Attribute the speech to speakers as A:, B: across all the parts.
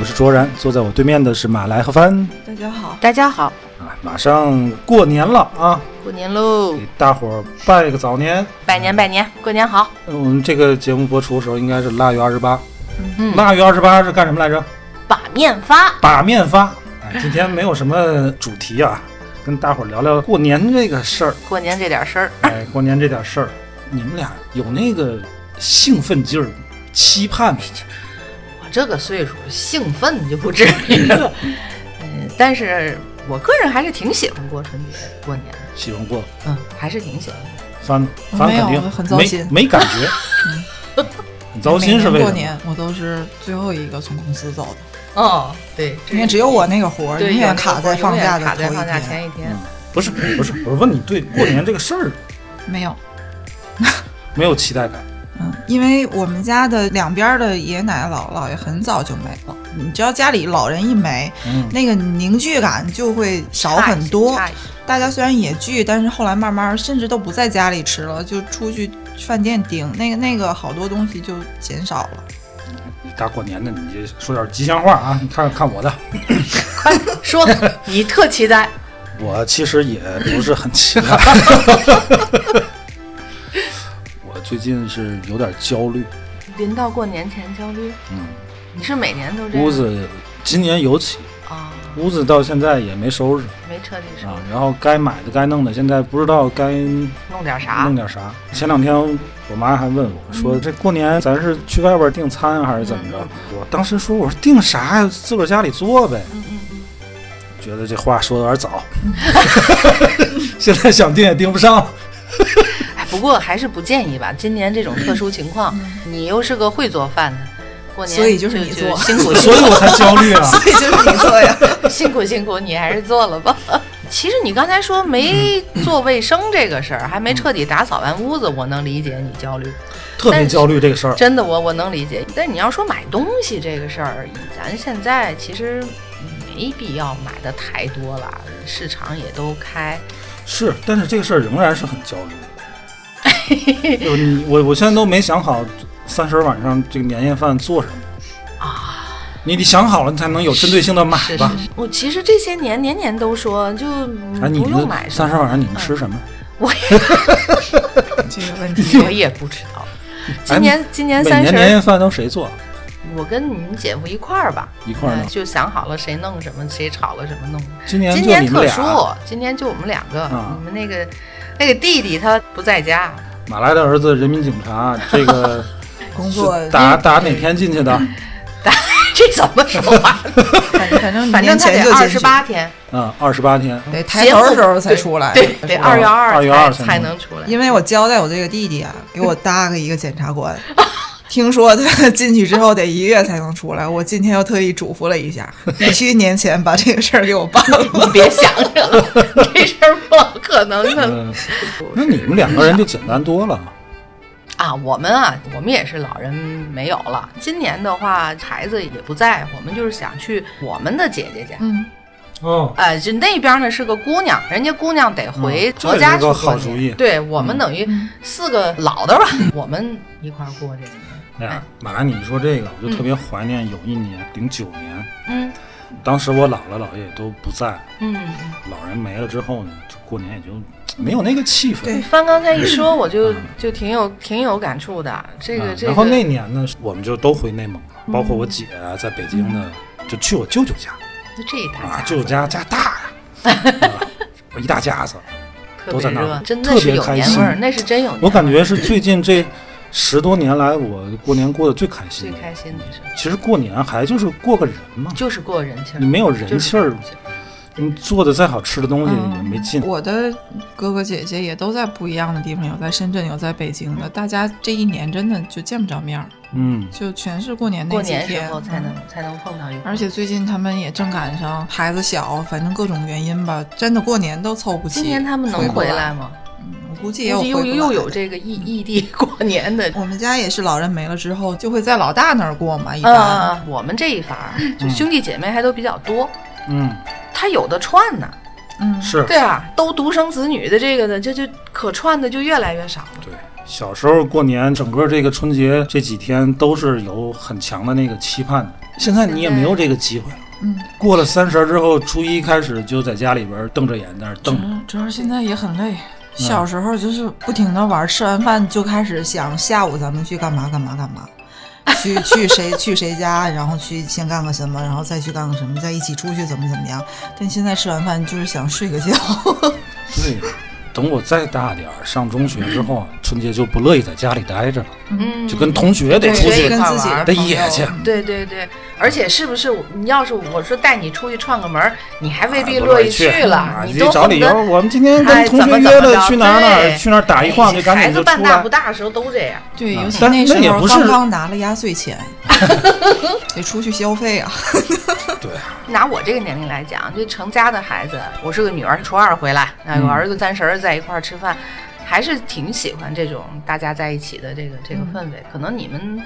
A: 我是卓然。坐在我对面的是马来和帆
B: 大家好，
C: 大家好，
A: 啊，马上过年了啊，
C: 过年喽
A: 给，大伙儿拜个早年。
C: 拜年拜年，过年好。
A: 嗯我们这个节目播出的时候应该是腊月二十八，
C: 嗯，
A: 腊月二十八是干什么来着？
C: 把面发，
A: 把面发。哎，今天没有什么主题啊，跟大伙儿聊聊过年这个事儿。
C: 过年这点事儿，
A: 哎，过年这点事儿，你们俩有那个兴奋劲儿、期盼吗？
C: 我这个岁数兴奋就不至于了。 嗯，但是我个人还是挺喜欢过春节过年的，
A: 喜欢过
C: 嗯，还是挺喜欢的。
A: 翻翻
D: 没有
A: 肯定
D: 很糟心嗯
A: 没没感觉，很糟心是
D: 每
A: 为什
D: 年过
A: 么？
D: 年我都是最后一个从公司走的，
C: 哦，对，
D: 因为只有我那个活儿
C: 对
D: 永远卡在放假的
C: 卡
D: 头
C: 在
D: 一
C: 放假
D: 天。嗯
C: 前一天。
A: 不是不是，我问你对过年这个事儿
D: 没有，
A: 没有期待感，
D: 嗯，因为我们家的两边儿的爷爷奶奶、姥姥姥爷很早就没了，你只要家里老人一没，
A: 嗯，
D: 那个凝聚感就会少
C: 差一
D: 很
C: 些
D: 多。
C: 差一些
D: 大家虽然也聚，但是后来慢慢甚至都不在家里吃了，就出去饭店订，那个那个好多东西就减少了。
A: 你大过年的你这说点吉祥话啊！你看看我的，
C: 快 说，你特期待，
A: 我其实也不是很期 待。我最近是有点焦虑，
C: 临到过年前焦虑，
A: 嗯，
C: 你是每年都这样？
A: 屋子今年尤其，
C: 啊、
A: 屋子到现在也没收拾。
C: 没彻底收
A: 啊
C: 拾，，
A: 然后该买的该弄的，现在不知道该
C: 弄点啥
A: 弄？点啥。前两天我妈还问我说：“这过年咱是去外边订餐还是怎么着
C: 嗯？”
A: 我当时说：“我说订啥呀，自个儿家里做呗。
C: 嗯嗯嗯，”
A: 觉得这话说的有点 早，现在想订也订不上。
C: 哎，不过还是不建议吧。今年这种特殊情况，你又是个会做饭的，过年
D: 所以就是你做
C: 辛苦辛
A: 所以我才焦虑啊！
D: 对，就是你做呀。
C: 苦 辛苦辛苦，你还是做了吧。其实你刚才说没做卫生这个事儿，还没彻底打扫完屋子，我能理解你焦虑，
A: 特别焦虑这个事儿。
C: 真的我我能理解。但你要说买东西这个事儿，咱现在其实没必要买的太多了，市场也都开。
A: 是，但是这个事儿仍然是很焦 虑。我你我我现在都没想好三十晚上这个年夜饭做什么啊？你得想好了，你才能有针对性的买
C: 是是
A: 吧。
C: 是，我其实这些年年年都说，就嗯
A: 哎，你
C: 不用
A: 们
C: 买什
A: 三
C: 么。
A: 十晚上你们吃什么？
D: 这个 问题
C: 我也不知道，今年嗯今年
A: 哎每
C: 三
A: 年年
C: 十，
A: 夜饭都谁做？
C: 我跟你们姐夫一块儿吧，
A: 一块儿
C: 嗯
A: 弄
C: 就想好了谁弄什么，谁炒了什么弄。
A: 今年
C: 哎今
A: 就
C: 年
A: 你们
C: 特殊
A: 俩。，
C: 今年就我们两个，
A: 啊
C: 你们那个那个弟弟他不在 家，
A: 马来的儿子人民警 察，这个
D: 工作
A: 是打打哪天进去的？
C: 这怎么说话？
D: 反反 正
C: 反正他
D: 啊年
C: 得
D: 前就
C: 二
D: 进
C: 十
D: 去
C: 八天，
A: 嗯，二十八天。
D: 得抬头的时候才出来。
C: 对，得二月
A: 二月二
C: 二
A: 才
C: 才
A: 能
C: 能出来。
D: 因为我交代我这个弟弟啊，给 我搭个一个检察官。听说他 进去之后得一个月才能出来，我今天又特意嘱咐了一下，必须年前把这个事儿给我办 了。
C: 你别想着了， 这事儿不可能的。
A: 嗯，那你们两个人就简单多了。
C: 啊，我们啊，我们也是老人没有了。今年的话，孩子也不在，我们就是想去我们的姐姐家。
D: 嗯，
A: 哦，
C: 呃，就那边呢是个姑娘，人家姑娘得回
A: 嗯
C: 婆家
A: 这是个
C: 去过
A: 好
C: 年。
A: 主意嗯
C: 对我们等于四个老的吧，我们一块儿过这个年。
A: 哎呀，马来，你说这个，我就特别怀念有一年，零九年，
C: 嗯
A: 当时我姥姥姥爷也都不在，
C: 嗯，
A: 老人没了之后呢，就过年也就没有那个气氛。
D: 对
C: 嗯翻刚才一说，我就就挺有挺有感触的。这个
A: 嗯
C: 这个，嗯
A: 然后那年呢，我们就都回内蒙了，包括我姐啊在北京的，就去我舅舅家
C: 这一大
A: 啊，
C: 家
A: 舅舅家家大 呀，啊一大家子。
C: 特
A: 都在
C: 别
A: 那儿
C: 热，真
A: 特
C: 的是
A: 别
C: 有
A: 开
C: 年
A: 心
C: 味儿，那是真有年味儿。
A: 我感觉是最近这十多年来，我过年过得最开
C: 最
A: 心的。
C: 开心的是
A: 其实过年还就是过个人嘛，
C: 就是过人气儿
A: 你，没有人
C: 就是
A: 气儿
C: 过，人气儿
A: 你做的再好吃的东西
C: 嗯
A: 也没劲。
D: 我的哥哥姐姐也都在不一样的地方，有在深圳，有在北京的，大家这一年真的就见不着面儿，
A: 嗯，
D: 就全是过年那
C: 过
D: 几
C: 年时
D: 天
C: 候才能
D: 嗯
C: 才能碰到一块儿。
D: 而且最近他们也正赶上孩子小，反正各种原因吧，真的过年都凑不齐。
C: 今年他们能
D: 不
C: 回来吗？
D: 嗯我估计也有
C: 估
D: 回
C: 计
D: 不
C: 又
D: 来
C: 又有
D: 的。
C: 这个异异地 过年的。
D: 我们家也是老人没了之后，就会在老大那儿过嘛，一
C: 嗯
D: 般。
C: 嗯，嗯我们这一伐儿就
A: 嗯
C: 兄弟姐妹还都比较多，
A: 嗯，
C: 他有的串呢，
D: 嗯，
A: 是
C: 对吧？都独生子女的这个的，这就可串的就越来越少了。
A: 对。小时候过年，整个这个春节这几天都是有很强的那个期盼的。现在你也没有这个机会了。
D: 嗯，
A: 过了三十儿之后，初一开始就在家里边儿瞪着眼在那儿瞪着。
D: 嗯主要是现在也很累。小时候就是不停的玩，吃完饭就开始想下午咱们去干嘛干嘛干嘛，去去谁去谁家，然后去先干个什么，然后再去干个什么，再一起出去怎么怎么样。但现在吃完饭就是想睡个觉。
A: 对，等我再大点儿，上中学之后啊，春节就不乐意在家里待着了，
C: 嗯，
A: 就跟同学得
D: 对
A: 出
D: 所以
A: 去
D: 跟自己的
A: 得
D: 朋友
A: 野去。
C: 对对对，而且是不是我你要是我说带你出去串个门儿，你还未必
A: 啊
C: 乐意
A: 去
C: 了，
A: 啊
C: 你
A: 你
C: 都
A: 找
C: 恨
A: 理
C: 不
A: 由
C: 得。。
A: 我们今天
C: 哎
A: 跟同
C: 怎么
A: 学
C: 怎么
A: 约了
C: 着
A: 去哪儿哪儿，
C: 对哎
A: 去哪儿打一晃就赶
C: 孩
A: 紧
C: 子
A: 就
C: 半
A: 出
C: 大
A: 来
C: 不。大的时候都这样，
D: 对，
A: 啊
D: 尤其
A: 但
D: 那
A: 那也
D: 时候
A: 不是
D: 刚刚拿了压岁钱，得出去消费啊。
A: 对啊，
C: 拿我这个年龄来讲，就成家的孩子，我是个女儿，初二回来，那有
A: 嗯
C: 儿子三十儿在一块儿吃饭，还是挺喜欢这种大家在一起的这个这个
A: 嗯
C: 氛围。可能你们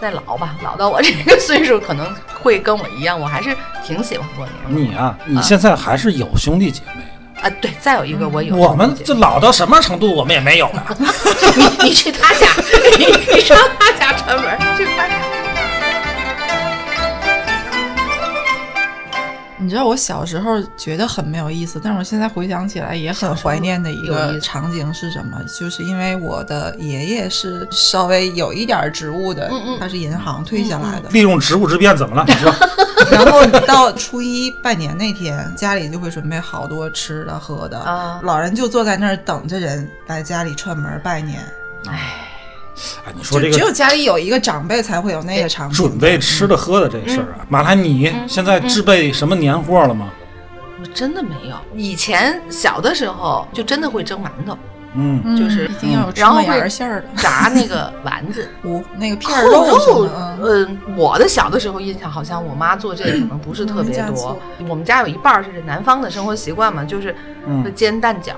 C: 再老吧，老到我这个 岁数，可能会跟我一样，我还是挺喜欢过年的。
A: 你啊，你现在还是有兄弟姐妹的。
C: 啊，对，再有一个我有
A: 嗯我们这老到什么程度，我们也没有啊 了。
C: 你去他家，你你上他家串门儿，去他家。
D: 你知道我小时候觉得很没有意思，但是我现在回想起来也很怀念的一
C: 有意
D: 个
C: 思
D: 场景是什么？就是因为我的爷爷是稍微有一点职务的，
C: 嗯嗯
D: 他是银行退下来的，
A: 利用职务之便怎 么了？你说
D: 然后到初一拜年那天，家里就会准备好多吃的喝的，
C: 啊
D: 老人就坐在那儿等着人来家里串门拜年，
A: 哎，你说这
D: 就只
A: 个哎
D: 有家里有一个长辈才会有那个场景，
A: 准备吃的喝的这事
C: 嗯
A: 儿啊，马兰，你现在制备什么年货了吗？
C: 我真的没有，以前小的时候就真的会蒸馒头，
A: 嗯，
D: 嗯
C: 就是
D: 一定要有芝
C: 然后
D: 麻
C: 会
D: 芽儿馅儿的。
C: 炸那个丸子。
D: 五那个片
C: 扣
D: 儿肉什
C: 肉
D: 么，的，
C: 嗯、我的小的时候印象好像我妈做这个可能不
D: 嗯
C: 是特别多。我们家有一半儿是南方的生活习惯嘛，就是
A: 嗯
C: 煎蛋饺，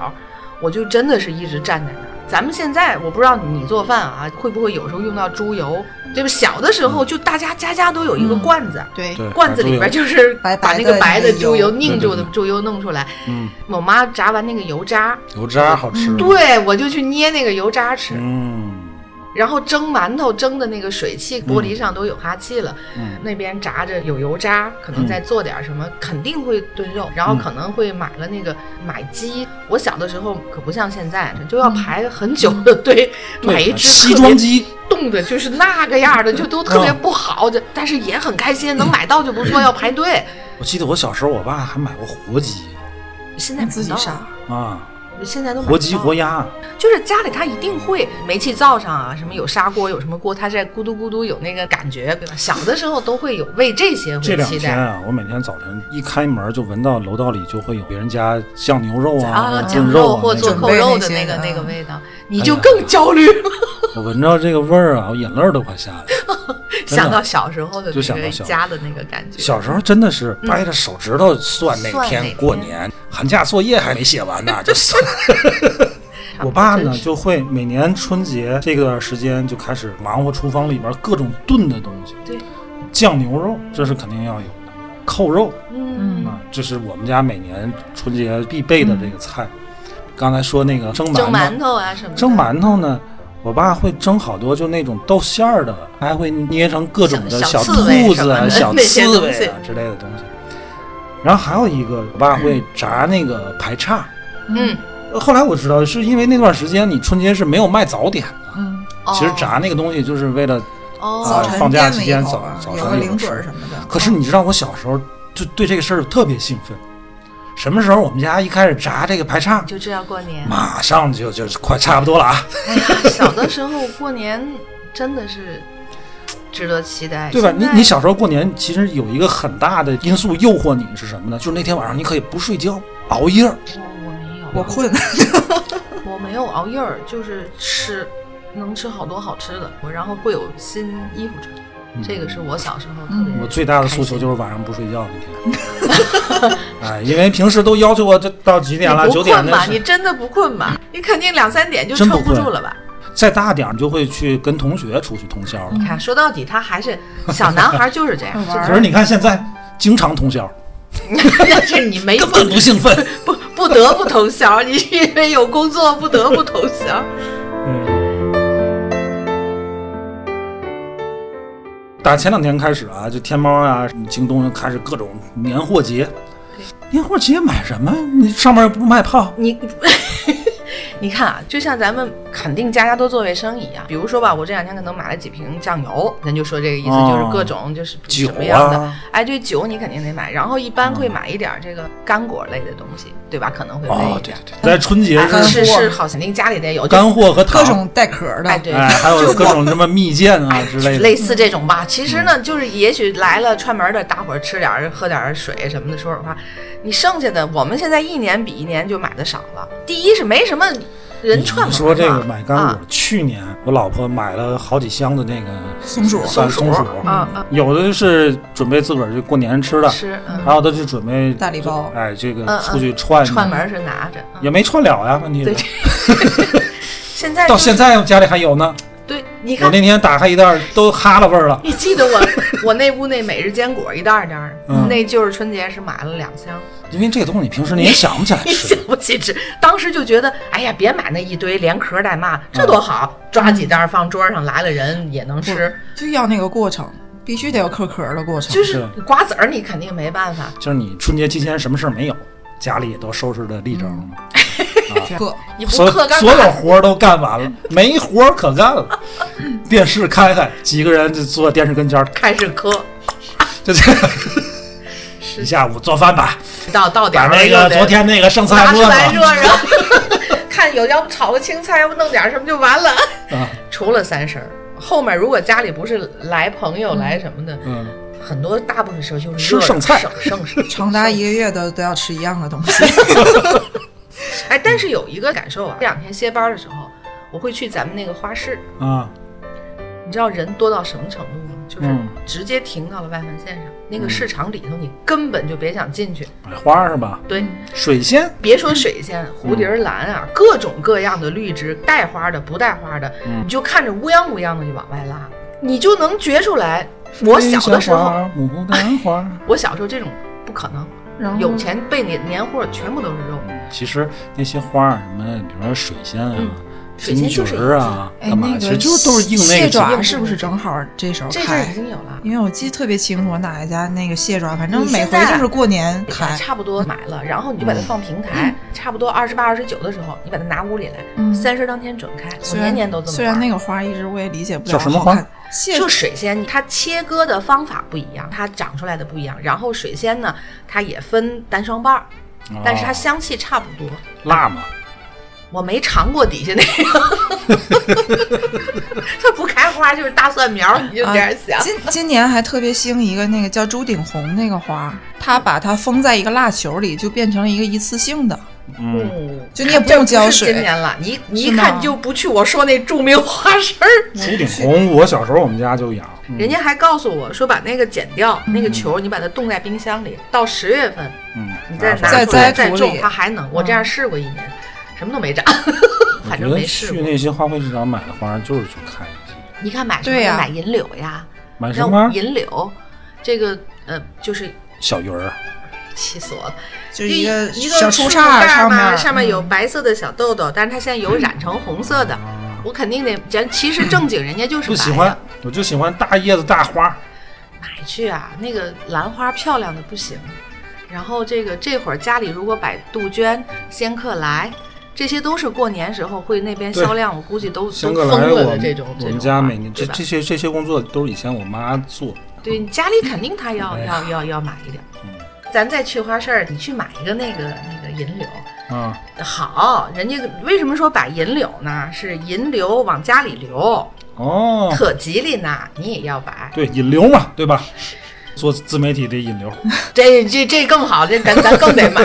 C: 我就真的是一直站在那儿。咱们现在我不知道你做饭啊，会不会有时候用到猪油？这个小的时候
A: 嗯
C: 就大家家家都有一个
D: 嗯
C: 罐子，
D: 对
A: 对，
C: 哎罐子里边就是
D: 白
C: 把
D: 白
C: 那个
D: 的
C: 白
D: 那
C: 的
D: 个
C: 猪油
D: 油
C: 拧住的
A: 对对对
C: 猪油弄出来。
A: 嗯，
C: 我妈炸完那个油渣，
A: 油渣好吃。
C: 嗯对我就去捏那个油渣吃，
A: 嗯
C: 然后蒸馒头蒸的那个水汽，玻璃上都有哈气了。
A: 嗯
C: 那边炸着有油渣，可能再做点什么，肯定会炖肉，然后
A: 嗯
C: 可能会买了那个买鸡。我小的时候可不像现在，就要排很久的队，
A: 嗯对
C: 买一只
A: 西
C: 特别
A: 装鸡，
C: 冻的，就是那个样的，就都特别不好，
A: 嗯
C: 就但是也很开心，能买到就不错，要排 队。
A: 我记得我小时候，我爸还买过活鸡
C: 现在买不
D: 自己
C: 到
D: 杀，
A: 啊，
C: 现在都买不
A: 活鸡
C: 到
A: 活鸭，
C: 就是家里他一定会煤气灶上啊，什么有砂锅，有什么锅，他在咕嘟咕嘟有那个感觉，对吧？小的时候都会有为这些
A: 这
C: 会
A: 两
C: 期
A: 天
C: 待。
A: 啊，我每天早晨一开门就闻到楼道里就会有别人家酱牛肉
C: 啊，
A: 啊、
C: 酱
A: 炖
C: 肉
A: 啊
C: 或做
A: 那种
C: 扣肉的那嗯
D: 那
C: 个
D: 种
C: 那个味道，你
A: 哎
C: 就
A: 呀
C: 更焦虑了。
A: 我闻着这个味儿啊，我眼泪儿都快下来了。的
C: 想到小时候的
A: 就
C: 那
A: 想到
C: 个
A: 小
C: 家的那个感觉，
A: 小时候真的是掰着手指头算哪
C: 嗯算哪
A: 天
C: 天
A: 过年，寒假作业还没写完 呢，就算。
C: 差不多
A: 我爸呢
C: 真是
A: 就会每年春节这段时间就开始忙活厨房里边各种炖的东西，
C: 对，
A: 酱牛肉这是肯定要有的，扣肉
C: 嗯，
A: 啊，这是我们家每年春节必备的这个菜。刚才说那个蒸
C: 蒸
A: 馒
C: 馒
A: 头，
C: 头啊什么的，
A: 蒸馒头呢，我爸会蒸好多，就那种豆馅儿的，还会捏成各种的
C: 小小刺猬
A: 兔
C: 什
A: 子
C: 么的
A: 啊、小
C: 那些
A: 刺猬啊
C: 东西
A: 之类的东西。然后还有一个，我爸会炸那个排叉。
C: 嗯，
A: 呃后来我知道，是因为那段时间你春节是没有卖早点的。
D: 嗯，
C: 哦
A: 其实炸那个东西就是为了，
D: 早
A: 啊
C: 哦，
D: 晨
A: 放假
D: 垫了
A: 期
D: 一
A: 间
D: 口
A: 早
D: 啊
A: 早
D: 有
A: 晨
D: 个
A: 有
D: 零
A: 吃
D: 嘴儿什么的。
A: 可是你知道我小时候就对这个事儿特别兴奋。什么时候我们家一开始炸这个排叉，
C: 就这样过年。
A: 马上就就快差不多了啊！
C: 哎呀，小的时候过年真的是值得期待，
A: 对吧？
C: 现
A: 你
C: 在
A: 你小时候过年其实有一个很大的因素诱惑你是什么呢？就是那天晚上你可以不睡觉，熬夜儿。
C: 我我没有，
D: 我困，
C: 我没有熬夜儿，就是吃，能吃好多好吃的，我然后会有新衣服穿，
A: 嗯
C: 这个是我小时候特
D: 嗯
C: 别。
A: 我最大的诉求就是晚上不睡觉那天。哎，因为平时都要求我这到几点了，
C: 你
A: 九
C: 不
A: 点
C: 困
A: 哎那
C: 吧？你
A: 是。
C: 真的不困吧？你肯定两三点就
A: 真
C: 撑
A: 不
C: 不
A: 困
C: 住了吧？
A: 再大点儿你就会去跟同学出去通宵了。
C: 你看，哎说到底他还是小男孩，就是这样，
D: 玩
A: 可
D: 儿
A: 是你看现在经常通宵，
C: 但是你没
A: 根本不兴奋。
C: 不不得不通宵，你是因为有工作不得不通宵。
A: 打前两天开始啊，就天猫啊、京东就开始各种年货节。年货节买什么？你上面又不卖炮，
C: 你 你看啊，就像咱们肯定家家都做卫生一样，比如说吧，我这两天可能买了几瓶酱油，咱就说这个意思，
A: 哦
C: 就是各种就是
A: 酒
C: 什么样的。
A: 啊，嗯
C: 哎，对，酒你肯定得买，然后一般会买一点儿这个干果类的东西，对吧？可能会备
A: 哦
C: 一，
A: 对
C: 点
A: 对。对，在春节
C: 哎，
A: 是
C: 是
D: 干货
C: 是，好像您家里得有，就
A: 干货和
D: 各
A: 糖，
D: 种带壳儿的。
C: 哎对
A: 哎，还有各种什么蜜饯啊之类的。
C: 哎
A: 嗯
C: 类似这种吧。其实呢，就是也许来了串门的，大伙儿吃点儿、喝点儿水什么的，说实话，你剩下的我们现在一年比一年就买的少了。第一是没什么人串
A: 你
C: 门
A: 说这个
C: 嘛
A: 买干
C: 啊
A: 果，去年我老婆买了好几箱的那个
D: 松鼠
A: 酸松鼠，
C: 啊啊
A: 有的是准备自个儿就过年吃的，
C: 吃嗯
A: 还有的是准备
D: 大礼包
A: 哎，这个
C: 嗯
A: 出去串的
C: 串门儿是拿着，嗯
A: 也没串了呀，问题是
C: 对现在
A: 到
C: 就是
A: 现在家里还有呢。
C: 对，你
A: 我
C: 看。
A: 那天打开一袋儿都哈喇味儿了，
C: 你记得我我那屋那每日坚果一袋儿一袋儿的，
A: 嗯
C: 那就是春节是买了两箱，
A: 因为这个东西你平时你也想不起来
C: 你
A: 吃
C: 想。不起吃。当时就觉得，哎呀，别买那一堆，连壳带嘛，这
A: 嗯
C: 多好，抓几袋儿放桌上，来了人也能吃。
D: 就要那个过程，必须得有嗑壳儿的过程。
C: 就是瓜子儿，你肯定没办法。
A: 就是你春节期间什么事儿没有，家里也都收拾的立正
C: 嗯
A: 了，
D: 嗑
C: 你不
A: 所
C: 嗑干
A: 所有
C: 嘛？
A: 活儿都干完了，没活儿可干了。电视开开，几个人就坐电视跟前儿，
C: 开始嗑，
A: 就这样。 一下午做饭吧，
C: 到到
A: 把
C: 点儿
A: 那
C: 了又
A: 个
C: 得
A: 昨天那个剩菜
C: 拿出
A: 热
C: 来热
A: 了
C: 热， 看有要不炒个青菜，要不弄点儿什么就完了。
A: 啊，
C: 除了三十儿，后面如果家里不是来朋友来什么的，
A: 嗯，
C: 很多大部分时候就是
A: 吃
C: 热着
A: 剩菜
C: 剩剩剩
D: 长达一个月都都要吃一样的东西。
C: 哎，但是有一个感受啊，这两天歇班儿的时候，我会去咱们那个花市，
A: 啊，
C: 你知道人多到什么程度吗？就是
A: 嗯
C: 直接停到了外环线上，那个市场里头你根本就别想进去。
A: 买花儿是吧？
C: 对，
D: 嗯
A: 水仙，
C: 别说水仙、蝴蝶兰啊，各种各样的绿植，带花的、不带花的，
A: 嗯
C: 你就看着乌泱乌泱的就往外拉，你就能觉出来。我小的时候，，
A: 牡丹花儿。
C: 我小时候这种不可能，
D: 然后
C: 有钱备年年货全部都是肉。
A: 其实那些花儿什么，比如说水仙啊、
C: 嗯水
A: 金
C: 仙
A: 桔
C: 就是
A: 儿啊，
D: 哎，
A: 干嘛、
D: 那
A: 其
D: 个
A: 实就都是应那
D: 蟹
A: 个节
D: 爪
A: 目
D: 是不是正好这时候
C: 这阵儿已
D: 开？
C: 经有了。
D: 因为我记得特别清楚，我奶奶家那个蟹爪，反正
C: 你
D: 每
C: 现
D: 回
C: 在
D: 就是过年开。
C: 差不多买了，然后你就把它放平台，差不多二十八、二十九的时候，你把它拿屋里来，
D: 嗯
C: 三十当天准开。我
D: 虽然
C: 年年都这么
D: 虽然
C: 玩
D: 那个花一直我也理解不了，
A: 叫什么花
D: 好看？蟹
C: 就水仙，它切割的方法不一样，它长出来的不一样。然后水仙呢，它也分单双瓣儿，
A: 啊
C: 但是它香气差不多。
A: 辣嘛，
C: 我没尝过底下那个， 它不开花就是大蒜苗，你就这样想。
D: 今今年还特别兴一个那个叫朱顶红那个花，它把它封在一个蜡球里，就变成了一个一次性的，
A: 嗯，
C: 嗯，
D: 就你也不
C: 这
D: 用浇
C: 是今
D: 水。
C: 年了，你你
D: 是
C: 一
D: 吗
C: 看就不去我说那著名花生儿。
A: 朱顶红，我小时候我们家就养，嗯
C: 人家还告诉我说，把那个剪掉，那
D: 嗯
C: 个球你把它冻在冰箱里，到十月份
A: 嗯，
C: 你再
A: 拿
C: 拿
A: 出来
D: 再
C: 出来
D: 栽
C: 再
D: 土
C: 种，
D: 里嗯
C: 它还能。我这样试过一年，什么都没长，
A: 我
C: 反
A: 觉
C: 正
A: 得
C: 没试
A: 去
C: 过。
A: 那些花卉市场买的花儿就是去看一些，
C: 你看买什么？
D: 对呀
C: 买银柳呀，
A: 买什
C: 像
A: 么
C: 银柳，这个呃，就是
A: 小鱼儿，啊
C: 气死我了。
D: 就是一个
C: 一
D: 小
C: 树
D: 树
C: 木
D: 杈
C: 盖
D: 儿嗯
C: 儿
D: 上
C: 嘛，
D: 面，
C: 上面有白色的小豆豆，但是它现在有染成红色的，我肯定得。咱其实正经人家就是
A: 不喜
C: 白
A: 欢
C: 的，，
A: 我就喜欢大叶子大花儿，
C: 买去啊，那个兰花漂亮的不行。然后这个这会儿家里如果摆杜鹃、仙客来，这些都是过年时候会那边
A: 对
C: 销量，我估计都
A: 香
C: 都
A: 格
C: 疯
A: 莱
C: 了
A: 我
C: 的
A: 们
C: 这种。
A: 我
C: 这
A: 们
C: 种啊
A: 家
C: 花
A: 每年这
C: 对吧
A: 这？些这些工作都是以前我妈做，
C: 对你家里肯定他要要要要买一点儿
A: 哎嗯。
C: 咱再去花市儿，你去买一个那个那个银柳，
A: 啊，
C: 好，人家为什么说把银柳呢？是银流往家里流，
A: 哦，
C: 可吉利呢，你也要白，
A: 对，引流嘛，对吧？做自媒体的引流，
C: 嗯这这这更好，这咱咱更得买。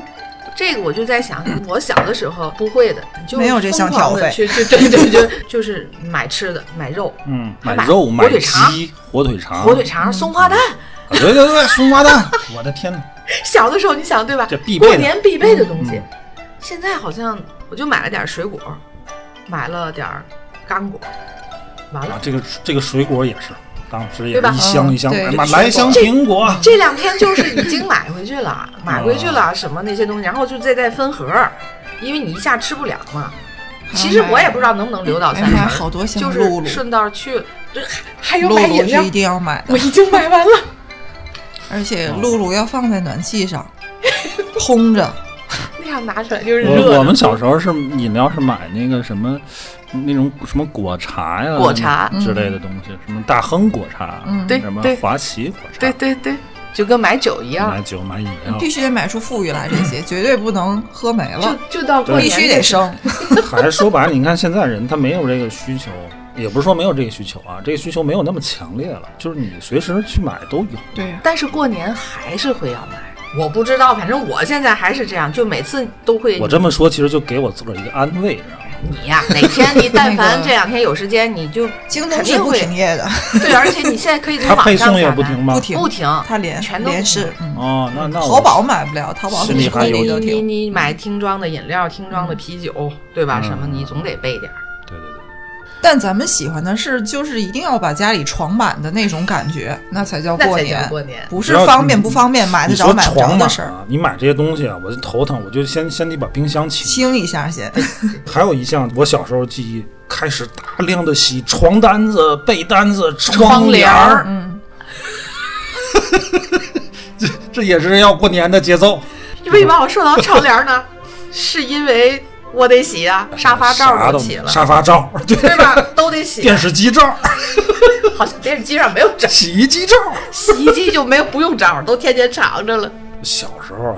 C: 这个我就在想，我小的时候不会的，就
D: 没有这项
C: 疯狂地
D: 条
C: 去去对对对，就是买吃的，买肉，
A: 嗯，
C: 还
A: 买
C: 买
A: 肉、
C: 火
A: 买
C: 腿肠
A: 鸡、火腿肠、
C: 火腿肠、松花蛋。
A: 啊对对对，松花蛋，我的天哪！
C: 小的时候你想对吧？
A: 这必备的
C: 过年必备的东
D: 嗯
C: 西，现在好像我就买了点水果，买了点干果，完了
A: 啊，。这个这个水果也是，当时也
C: 对吧
A: 是一箱
D: 嗯
A: 一箱
D: 对
A: 买嘛，
D: 这
A: 来一箱苹果，啊
C: 这两天就是已经买回去了，买回去了什么那些东西，然后就再再分盒儿，因为你一下吃不了嘛。其实我也不知道能不能留到三
D: 哎呀
C: 十
D: 妈呀
C: 儿，
D: 好多箱
C: 就是
D: 露露
C: 顺道去了，这还还有
D: 露
C: 买
D: 露
C: 饮料
D: 是一，定要买的，
C: 我已经买完了。
D: 而且
A: 哦
D: 露露要放在暖气上，烘着。
A: 哦
C: 那样拿出来就是热的。
A: 我我们小时候是饮料是买那个什么，那种什么果茶呀、
C: 果茶
A: 之类的东西，什么大亨果茶，
D: 嗯
C: 对
A: 什么
C: 对
A: 华旗果茶，
C: 对对对，就跟买酒一样
A: 买，酒买饮料
D: 必，须得买出富裕来，这些绝对不能喝没了，
C: 就就到过
D: 必
C: 年
D: 须
C: 那
D: 得
C: 时
D: 生。
A: 还是说白了，你看现在人他没有这个需求，也不是说没有这个需求啊，这个需求没有那么强烈了，就是你随时去买都有。
D: 对，
C: 但是过年还是会要买。我不知道，反正我现在还是这样，就每次都会。
A: 我这么说，其实就给我自个儿一个安慰，知道吗？
C: 你呀、哪天你但
D: 那
C: 凡
D: 个
C: 这两天有时间，你就
D: 京
C: 肯
D: 东是
C: 定
D: 不
C: 会
D: 停业的，
C: 对，而且你现在可以从
A: 他
C: 网
A: 配
C: 上啊
A: 送也
C: 下
A: 不停
C: 单，
A: 吗？
D: 不停
C: 不停，
D: 它连
C: 全都
D: 连是
C: 不，
D: 嗯，
A: 哦，那那我
D: 淘宝买不了，淘宝
A: 心里还
D: 柜
A: 有
D: 里都
C: 你你
D: 停。
C: 你买嗯听装的饮料、听装的啤酒，对吧？
A: 嗯
C: 什么你总得备点儿。
A: 对对对。
D: 但咱们喜欢的是，就是一定要把家里床满的那种感觉，那才叫
C: 那
D: 过
C: 才
D: 年。
C: 嗯叫过年。
D: 不
A: 只
D: 是
A: 要
D: 方
A: 你
D: 便不方便，买得
A: 你
D: 着
A: 说
D: 买不着
A: 床
D: 的
A: 嘛
D: 事儿，
A: 你买这些东西啊，我就头疼，我就先先得把冰箱清。
D: 清一 下先。
A: 还有一项，我小时候记忆开始大量的洗床单子、被单子、窗
C: 帘儿
A: 儿，
D: 嗯，
A: 这这也是要过年的节奏。
C: 为什么我说到窗帘呢？是因为我得洗啊，沙发罩
A: 啥
C: 儿
A: 都
C: 都
A: 没
C: 起
A: 有
C: 了，
A: 沙发罩，对，
C: 对吧？都得洗
A: 电
C: 啊。
A: 视机罩，
C: 好像电视机上没有罩，
A: 洗衣机罩。
C: 洗衣机就没有不用罩儿，都天天藏着了。
A: 小时候啊，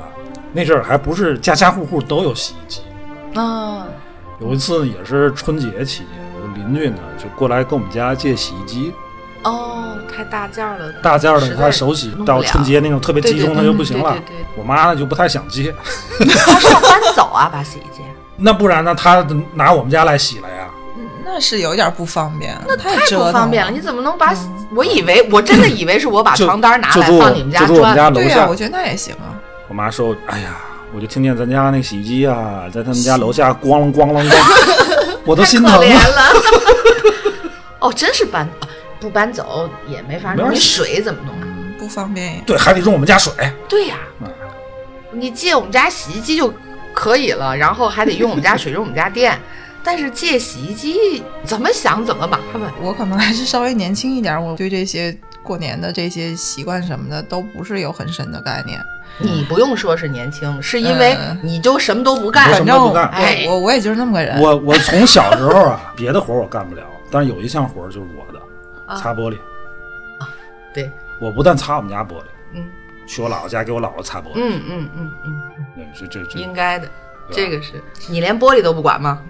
A: 那阵儿还不是家家户户都有洗衣机。
C: 啊，
A: 有一次也是春节期间，有个邻居呢就过来跟我们家借洗衣机，
C: 哦，太大件儿了，
A: 大件儿的
C: 实在
A: 他手洗
C: 弄不
A: 到
C: 了
A: 春节那种特别集中，他就不行了
C: 对对对对对。
A: 我妈呢就不太想接，
C: 他上班早啊，把洗衣机。
A: 那不然呢，他拿我们家来洗了呀？
D: 那是有点不方便，嗯那太
C: 太
D: 折
C: 不
D: 腾
C: 方便了，你怎么能把？我以为我真的以为是我把
A: 就
C: 床单拿
A: 就
C: 来
A: 住
C: 放你们家
A: 就住我们
C: 穿，
A: 家楼
D: 对呀、
A: 下
D: 我。觉得那也行啊。
A: 我妈说：“哎呀，我就听见咱家那洗衣机啊，在他们家楼下咣啷咣啷咣， 我都
C: 太
A: 心
C: 可
A: 疼
C: 怜
A: 了。
C: 了。 哦，真是搬啊不搬走也没法
A: 没
C: 弄，
A: 法
C: 你
A: 洗
C: 水怎么弄啊？
D: 不方便呀。
A: 对，还得用我们家水。
C: 对呀
A: 嗯，
C: 你借我们家洗衣机就可以了，然后还得用我们家水，用我们家电。 但是借洗衣机怎么想怎么麻烦，
A: 嗯
D: 我可能还是稍微年轻一点，我对这些过年的这些习惯什么的都不是有很深的概念。
C: 你不用说是年轻，是因为
D: 嗯
C: 你就什么都不
A: 我
C: 干
A: 什
D: 反
A: 么
D: 正
A: 都不
D: 我
A: 干
C: 哎
D: 我我也就是那么个人。
A: 我我从小时候啊，别的活儿我干不了，但是有一项活儿就是我的，
C: 啊。
A: 擦玻璃。
C: 对，
A: 我不但擦我们家玻璃，
C: 嗯
A: 去我姥姥家给我姥姥擦玻璃。
C: 嗯嗯嗯嗯，
A: 对，这这这
C: 应该的，
A: 对
C: 这
A: 吧
C: 个是你连玻璃都不管吗？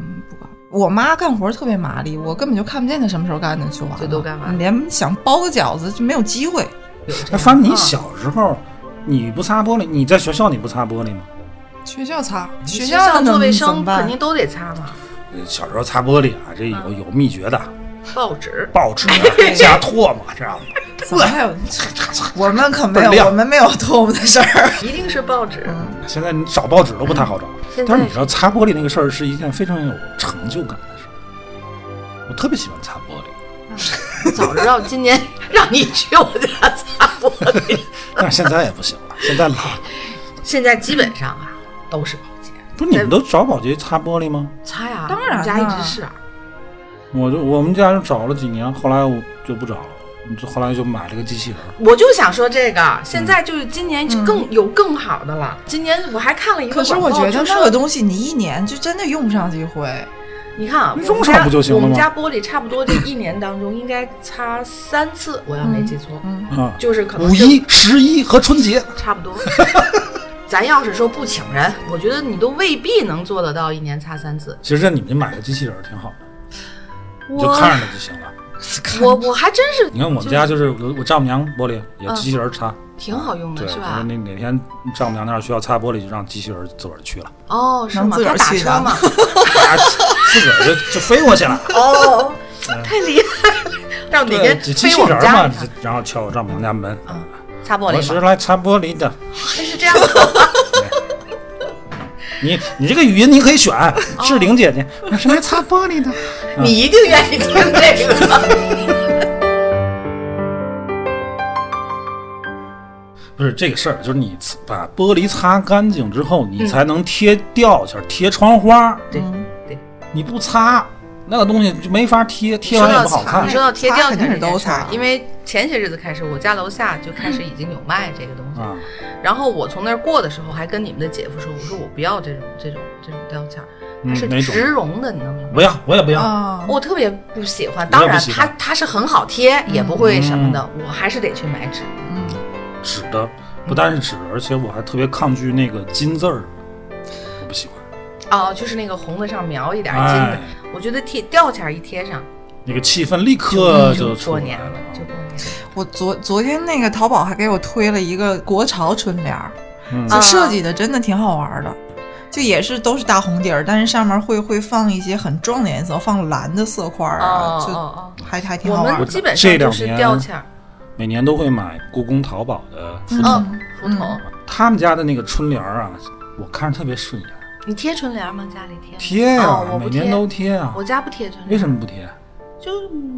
D: 我妈干活特别麻利，我根本就看不见她什么时候干的，就完了。
C: 这都干完了
D: 你连想包个饺子就没有机会。
A: 哎，反正
C: 啊
A: 你小时候你不擦玻璃，你在学校你不擦玻璃吗？
D: 学校擦，学
C: 嗯学校
D: 能
C: 做卫
D: 怎
C: 生
D: 么办
C: 肯定都得擦嘛，
A: 呃小时候擦玻璃啊，这有有秘诀的，
C: 报纸。
A: 报纸啊加唾沫，知道吗？
D: 怎么还 有？我们可没
A: 倍儿亮
D: 有，我们没有偷我们的事儿。
C: 一定是报纸，
A: 现在你找报纸都不太好找
C: 现在，
A: 但是你知道擦玻璃那个事儿是一件非常有成就感的事儿，我特别喜欢擦玻璃，
C: 早知道今年让你去我家擦玻璃。
A: 但是现在也不行了，现在老了。
C: 现在基本上啊都是保洁，
A: 不是你们都找保洁擦玻璃吗？
C: 擦呀，
D: 当然
C: 我们家一
D: 啦
C: 直是啊。
A: 我就我们家就找了几年，后来我就不找了，就后来就买了个机器人儿。
C: 我就想说这个，现在就是今年就更、有更好的了。今年我还看了一个
D: 可
C: 广告，
D: 是我觉得
C: 就
D: 那个
C: 说
D: 东西你一年就真的用不上几回，
C: 你看啊，我
A: 用
C: 们
A: 上
C: 家
A: 不就行了
C: 我们
A: 吗
C: 家玻璃差不多这一年当中应该擦三次，我要没记错，
D: 嗯，
A: 啊，
C: 就是可能
A: 五
C: 是
A: 一、十一和春节，
C: 差不多。 咱要是说不请人，我觉得你都未必能做得到一年擦三次。
A: 其实你们买个机器人儿挺好的，你就
C: 我
A: 看着它就行了。
C: 我我还真是
A: 你看我们家就是我我丈母娘玻璃有机器人擦，
C: 挺好用
A: 对，
C: 的，
A: 就是是
C: 吧？
A: 那哪天丈母娘那儿需要擦玻璃，就让机器人自个儿去了，
C: 哦，是
D: 能
C: 吗？
D: 自个
C: 他
D: 儿
C: 打
D: 去
C: 车
D: 的
C: 吗？
A: 啊 自个儿就就飞过去了。
C: 哦，太厉害了！让哪
A: 嗯对，
C: 天
A: 机器
C: 飞我
A: 人
C: 们家
A: 嘛
C: 呢，
A: 然后敲我丈母娘家门，
C: 擦玻
A: 我
C: 璃
A: 是
C: 吗？
A: 来擦玻璃的。
C: 这是这样 的，
A: 你你这个语音你可以选，
C: 哦
A: 志玲姐姐，我是来擦玻 璃的。
C: 你一定愿意听这 个。
A: 不是这个事儿，就是你擦把玻璃擦干净之后，你才能贴吊件、贴窗花。
C: 对对，
A: 你不擦，那个东西就没法贴，贴完也不好看
C: 你。说到贴吊
D: 擦肯定
C: 件
D: 是
C: 这件
D: 都
C: 事儿啊
D: 擦，
C: 因为前些日子开始，我家楼下 就开始已经有卖这个东西。
A: 啊，
C: 然后我从那儿过的时候，还跟你们的姐夫说，我说我不要这种这种这种标签儿，它
A: 嗯
C: 是
A: 哪种
C: 植绒的，你能明白吗？
A: 不要，我也不要。
D: 啊，
C: 我特别不喜欢，
A: 我
C: 当
A: 也不
C: 然
A: 喜
C: 它
A: 欢嗯
C: 它是很好贴，也不会什么的，我还是得去买纸。
D: 嗯，
A: 纸的不单是纸，而且我还特别抗拒那个金字儿，我不喜欢。
C: 哦，就是那个红的上描一点金的
A: 哎，，
C: 我觉得贴吊钱儿一贴上，
A: 那个气氛立刻
C: 就
A: 就出
C: 过
A: 来
C: 年了
A: 了，。啊
C: 就过年了。
D: 我昨昨天那个淘宝还给我推了一个国潮春联儿，
A: 嗯
C: 啊
D: 就设计的真的挺好玩儿的，就也是都是大红底儿，但是上面会会放一些很重的颜色，放蓝的色块儿啊，
C: 哦
D: 就
C: 哦哦，
D: 还还挺
C: 我
D: 好玩儿
C: 们
D: 的。
C: 基本
A: 这
C: 上
A: 两
C: 就是
A: 年
C: 吊钱儿，
A: 每年都会买故宫淘宝的福
D: 嗯
A: 筒，
C: 嗯，胡同。
A: 他们家的那个春联儿啊，我看着特别顺眼，
C: 你贴春联吗？家里贴？
A: 贴呀、
C: 哦我不
A: 每
C: 贴
A: 年都贴啊。
C: 我家不贴春联。
A: 为什么不贴？
C: 就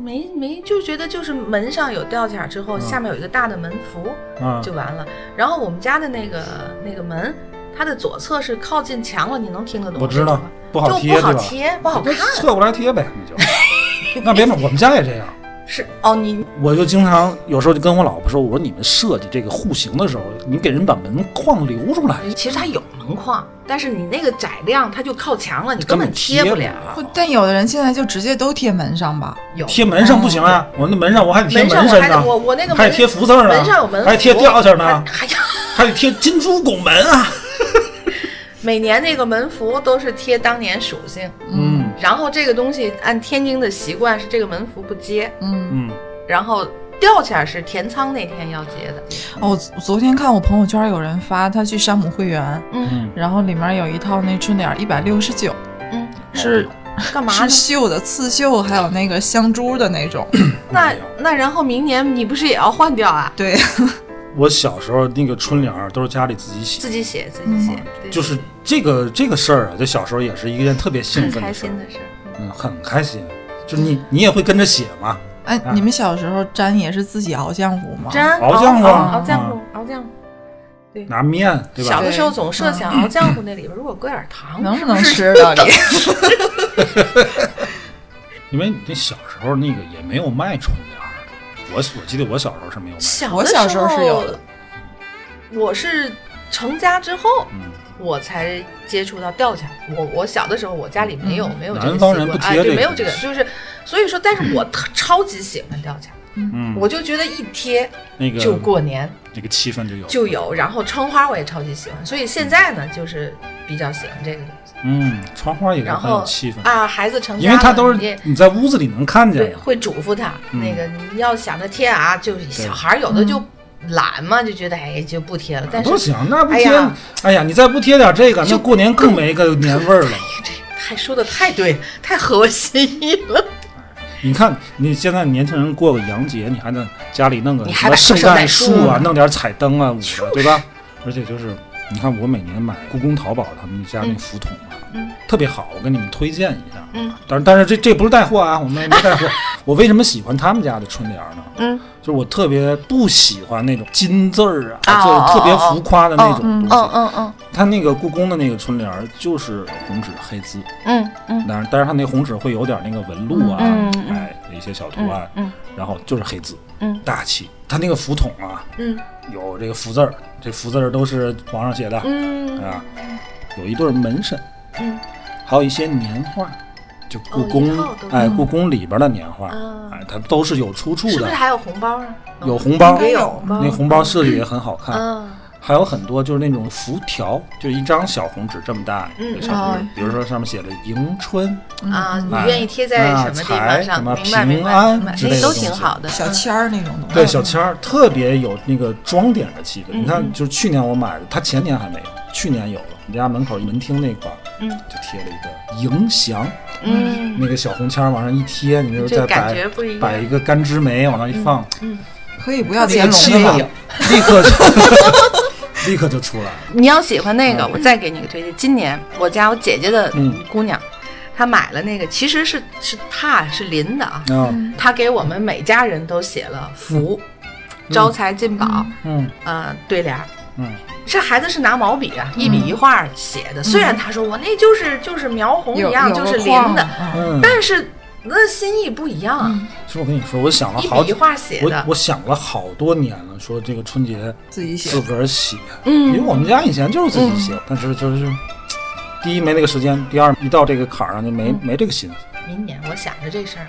C: 没没就觉得就是门上有吊钱儿之后，
A: 嗯
C: 下面有一个大的门幅
A: 啊，
C: 就完了。然后我们家的那个那个门，它的左侧是靠近墙了，你能听得懂
A: 我知
C: 这
A: 道
C: 种吗？，
A: 不好
C: 就
A: 贴
C: 不好
A: 对吧？
C: 贴，不好看。
A: 侧过来贴呗，你就。那别嘛，我们家也这样。
C: 是哦，你
A: 我就经常有时候就跟我老婆说，我说你们设计这个户型的时候，你给人把门框留出来，
C: 其实它有门框，但是你那个窄量它就靠墙了，你根本
A: 贴
C: 不了。
A: 了
D: 不。但有的人现在就直接都贴门上吧，
C: 有
A: 贴门上不行啊，我那门上我还得贴
C: 嗯门上我
A: 身
C: 还
A: 呢
C: 得，我我那个门
A: 还得贴福字呢，
C: 门上有门
A: 还得贴
C: 符
A: 吊签呢，
C: 还有
A: 还得贴金猪拱门啊。
C: 每年那个门符都是贴当年属性，
A: 嗯
C: 然后这个东西按天津的习惯是这个门符不接，
D: 嗯，
A: 嗯，
C: 然后吊起来是填仓那天要结的。
D: 哦，我昨天看我朋友圈有人发，他去山姆会员，
C: 嗯
D: 然后里面有一套那春联一百六十九，
C: 嗯，
D: 是
C: 干嘛
D: 是
C: 呢？
D: 绣的刺绣，还有那个镶珠的那 种。
C: 那
A: 没有
C: 那然后明年你不是也要换掉啊？
D: 对，
A: 我小时候那个春联儿都是家里自己写
C: 自己写自己写，对
A: 嗯就是这个这个事儿啊，在小时候也是一件特别兴
C: 很
A: 奋
C: 开
A: 的事儿
C: 心，的事儿。
A: 嗯，很开心。就是你你也会跟着写嘛，
D: 哎
A: 啊，
D: 你们小时候粘也是自己熬浆糊吗？
C: 粘
A: 熬浆糊啊
C: 哦熬浆糊
A: 啊，
C: 熬浆糊。
A: 拿面对
C: 小
A: 吧？嗯
C: 的时候总设想熬浆糊那里边如果搁点糖，
D: 能
C: 是
D: 不
C: 不
D: 能
C: 是
D: 吃到你？
A: 因为你这小时候那个也没有卖春联儿，我我记得我小时候是没有卖。
C: 小
D: 我
C: 的
D: 小时候是有的，
C: 我是成家之后
A: 嗯，
C: 我才接触到吊钱。我我小的时候，我家里没有、
D: 嗯
C: 没有这
A: 南
C: 个习
A: 方
C: 惯，
A: 人不
C: 哎，
A: 贴
C: 对，
A: 这
C: 没有
A: 个
C: 这个，就是所以说，但是我特超级喜欢吊钱，
A: 嗯，
C: 我就觉得一贴
A: 那个
C: 就过年
A: 那个气氛就有
C: 就有，然后窗花我也超级喜欢，所以现在呢，就是比较喜欢这个东西
A: 嗯，窗花也是
C: 然
A: 很
C: 后
A: 有气氛，
C: 啊。孩子成家
A: 因
C: 了，
A: 为它都
C: 你也
A: 是你在屋子里能看见
C: 对，
A: 的。
C: 会嘱咐他、
A: 嗯
C: 那个你要想着贴啊，就是小孩儿有的就懒嘛，就觉得哎就不贴了，但是
A: 都行，那不
C: 哎
A: 贴
C: 呀，
A: 哎呀，你再不贴点这个，那
C: 就
A: 过年更没个年味儿了。
C: 这太说的太对， 太合我心意了。
A: 你看，你现在年轻人过个洋节，你还能家里弄个
C: 你
A: 什
C: 还
A: 么
C: 把
A: 圣
C: 圣
A: 诞
C: 诞
A: 树
C: 树
A: 啊
C: 啊，
A: 弄点彩灯啊，五个对吧？而且就是，你看我每年买故宫、淘宝他们家那福桶啊，
C: 嗯
A: 特别好，我给你们推荐一下。
C: 嗯，
A: 但是但是这这不是带货啊，我们没带货。 我为什么喜欢他们家的春联呢？
C: 嗯，
A: 就是我特别不喜欢那种金字儿啊，
C: 啊
A: 就是特别
C: 哦哦哦
A: 浮夸的那种东西。
C: 嗯嗯
A: 他那个故宫的那个春联儿就是红纸黑字，
C: 嗯嗯
A: 但是但是它那红纸会有点那个纹路啊，
C: 嗯嗯嗯
A: 哎，一些小图案，
C: 嗯
A: 然后就是黑字，
C: 嗯
A: 大气。它那个福筒啊，
C: 嗯
A: 有这个福字儿，这福字儿都是皇上写的、
C: 嗯
A: 啊，有一对儿门神，
C: 嗯，
A: 还有一些年画，就故
C: 哦一
A: 宫、
C: 套都
A: 哎，
C: 有
A: 故宫里边的年画，
C: 啊
A: 哎，它都是有出处
C: 是不
A: 的
C: 是，还有红包啊？
A: 有红包
C: 也
D: 也
C: 有
D: 有
C: 红
D: 红
C: 包，
A: 那红包设计也很好看，
C: 嗯
A: 还有很多就是那种浮条，就一张小红纸这么大
C: 嗯
A: 一个小红纸
D: 嗯，
A: 比如说上面写着迎春，
C: 啊，你
A: 哎
C: 愿意贴在
A: 啊
C: 什么地方
A: 财什
C: 上？
A: 么
C: 明白
A: 平
C: 明白
A: 安
C: 明白，
A: 之
C: 那
A: 类的
C: 个都
A: 东
C: 挺
A: 西
C: 好的。
D: 小
C: 嗯
D: 签儿那种东西。
A: 对小签儿特别有那个装点的气氛。
C: 嗯
A: 你看，就是去年我买的，它前年还没有，去年有了。我们家门口门厅那块儿，
C: 嗯
A: 就贴了一个迎祥，
C: 嗯，
A: 那个小红签儿往上一贴，你就是
C: 这
A: 再
C: 感觉
A: 摆
C: 不一
A: 摆
C: 样嗯
A: 一。个干枝梅往上一放，
D: 可以不要
A: 那
D: 接
A: 个气
D: 龙
A: 氛
D: 了吧？
A: 立刻就 立刻就出来了。
C: 你要喜欢那个，
A: 嗯
C: 我再给你个推荐。今年我家我姐姐的
A: 嗯
C: 姑娘，她买了那个，其实是是踏是林的啊，
A: 啊，
C: 她给我们每家人都写了福，招财进宝，
A: 嗯
C: 呃，对联儿。
A: 嗯，
C: 这孩子是拿毛笔啊，一笔一画写的。虽然他说我那就是就是描红一
D: 有
C: 样，
D: 有
C: 就
D: 个
C: 是林
D: 框
C: 的，
D: 嗯
A: 嗯，
C: 但是那心意不一样啊，
A: 其实我跟你说，我想了
C: 一
A: 好
C: 笔一
A: 几，
C: 画写
A: 我
C: 的。
A: 我想了好多年了，说这个春节
D: 自己写
A: 自。个儿写，
C: 嗯
A: 因为我们家以前就是自己写，但是就是第一没那个时间，第二一到这个坎儿上就没、
C: 嗯
A: 没这个心思。
C: 明年我想着这事儿，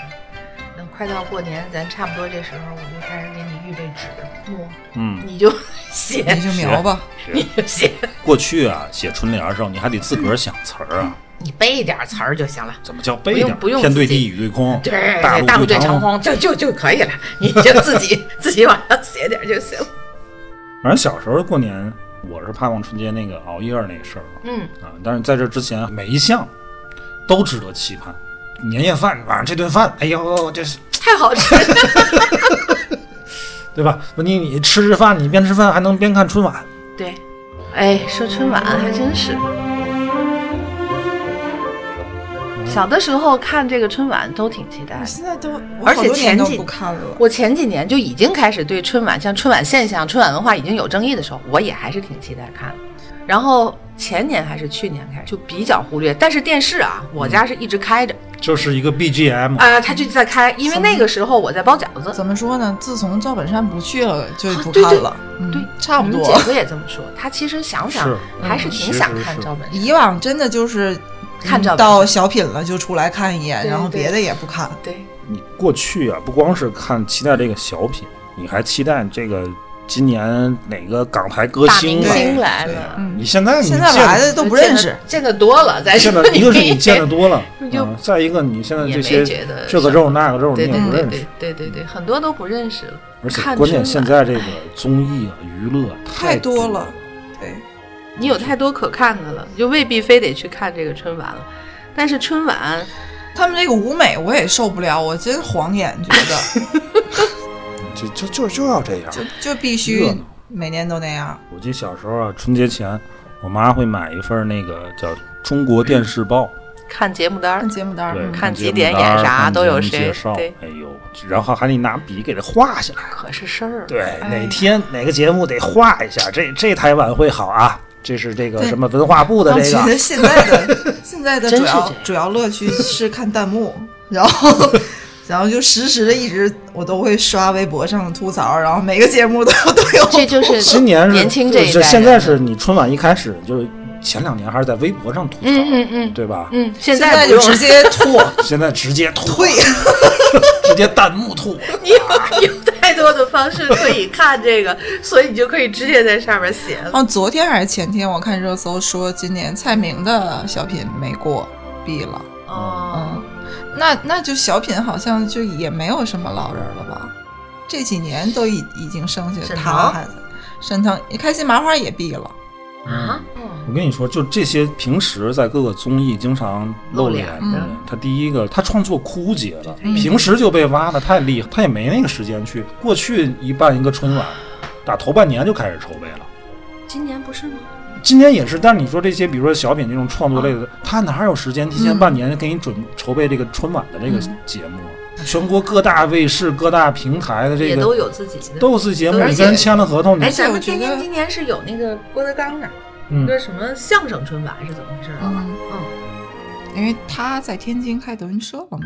C: 嗯等快到过年，咱差不多这时候，我就开始给你预备纸墨，
E: 嗯，
C: 你就 写，
A: 嗯
D: 你就描吧，
C: 你就写，
E: 过去啊，写春联儿的时候，你还得自个儿想词儿啊，
A: 嗯
C: 你背点词儿就行了。
E: 怎么叫背点儿？
C: 不用不用
E: 天对
C: 自己
E: 地，雨对空，
C: 对，
E: 大
C: 大
E: 陆
C: 对长
E: 长
C: 空，就就就可以了，你就自己自己往上写点就行了。
A: 反正小时候过年，我是盼望春节那个熬夜儿那个事儿嘛
C: 嗯，
A: 啊，但是在这之前每一项都值得期盼。年夜饭晚上这顿饭，哎呦，这是
C: 太好吃了。
A: 对吧？你你吃着饭，你边吃饭还能边看春晚，
C: 对，哎，说春晚还真是。
D: 嗯
C: 小的时候看这个春晚都挺期待
D: 我
C: 的，
D: 现在都，我
C: 而
D: 好
C: 且
D: 多年
C: 前
D: 都
C: 几
D: 不看了。
C: 我前几年就已经开始对春晚，像春晚现象、春晚文化已经有争议的时候，我也还是挺期待看的。然后前年还是去年开始就比较忽略，但是电视啊，我家
D: 嗯
C: 是一直开着
A: 就是一个 BGM，、
C: 啊、它就在开，因为那个时候我在包饺子。
D: 怎么说呢？自从赵本山不去了，就
C: 啊
D: 不
C: 对
D: 看了。
C: 对
D: 嗯，差不
C: 我们
D: 多。
C: 姐夫也这么说，他其实想想
A: 是嗯
C: 还是挺想
A: 其实
C: 看
A: 是
C: 赵本山。
D: 以往真的就是
C: 看
D: 嗯
C: 照片
D: 到小品了就出来看一眼，
C: 对
D: 然后
C: 对
D: 别的也不看。
C: 对，
A: 你过去啊，不光是看期待这个小品，你还期待这个今年哪个港台歌
C: 大
A: 星
C: 明
A: 啊？
C: 星来了，
D: 嗯
A: 你，现在你
D: 现在
A: 见
D: 来的都不认识。
C: 见的多了，咱
A: 现在一个是 你见的多了，
C: 你就
A: 嗯再一个你现在
C: 也
A: 这
C: 没
A: 些
C: 觉得
A: 这个
C: 什么
A: 肉那个肉你
C: 对
A: 也
C: 对
A: 不
C: 对
A: 认识
C: 对，对对对，很多都不认识了。
A: 而且
C: 看
A: 关键
C: 春
A: 现
C: 晚哎
A: 在这个综艺啊娱乐啊
D: 太
A: 多
D: 多了，对，
C: 你有太多可看的了，你就未必非得去看这个春晚了。但是春晚，
D: 他们这个舞美我也受不了，我真晃眼，觉 得
A: 就就就就要这样。
D: 就就必
A: 热
D: 须
A: 闹
D: 每年都那样。
A: 我记得小时候啊，春节前我妈会买一份那个叫《中国电视报》，
C: 看节目单儿嗯
D: 看，节目单
A: 对，
D: 儿，
C: 看
A: 节
C: 几
A: 目
C: 点
A: 单儿
C: 演啥
A: 看
C: 都
A: 节
C: 有
A: 目
C: 谁
A: 介绍
C: 对
A: 哎呦，然后还得拿笔给它画下来。
C: 可是事儿。
A: 对，
D: 呀
A: 哪天哪个节目得画一下，这这台晚会好啊，这是这个什么文化部的
D: 我
A: 这
D: 觉
A: 个
D: 得现 在的现在的
C: 真
D: 主
C: 是
D: 要
C: 这样
D: 主要乐趣是看 弹幕，然后然后就实时的一直我都会刷微博上的吐槽，然后每个节目都都有
C: 这就是
A: 今年是
C: 年轻这一代嗯
A: 就
C: 人
A: 是现在是你春晚一开始就是前两年还是在微博上吐槽，
C: 嗯嗯嗯
A: 对吧？
C: 嗯， 现
D: 现在
C: 不
D: 就
C: 用
D: 直接吐
A: 现在直接吐，
D: 退，
A: 直接弹幕吐，
C: 你有有太多的方式可以看这个， 所以你就可以直接在上面写了。
D: 哦，昨天还是前天，我看热搜说今年蔡明的小品没过，毙了。
C: 哦
D: 嗯，，那那就小品好像就也没有什么老人了吧？这几年都已已经剩下
C: 沈
D: 他
C: 腾
D: 的孩子，沈腾、开心麻花也毙了。
C: 啊，嗯
A: 我跟你说，就这些平时在各个综艺经常露脸的
D: 露
A: 人
D: 脸，
A: 他第一个他创作枯竭了，
C: 嗯
A: 平时就被挖的太厉害，他也没那个时间去。过去一办一个春晚，打头半年就开始筹备了。
C: 今年不是吗？
A: 今年也是，但是你说这些，比如说小品这种创作类
C: 嗯
A: 的，他哪有时间提前半年给你准筹备这个春晚的这
C: 嗯
A: 个节目啊？全国各大卫视、各大平台的这
C: 也都
A: 个
C: 有自己的。
A: 都是节目，
C: 而
A: 你
C: 且
A: 跟人签了合同，你
C: 哎，
D: 而且
C: 咱
D: 我
C: 们
D: 觉
C: 天
D: 得
C: 津今年是有那个郭德纲的，一
A: 嗯，
C: 个什么相声春晚是怎么回事儿啊？
D: 嗯，
C: 嗯，
D: 因为他在天津开德云社了嘛，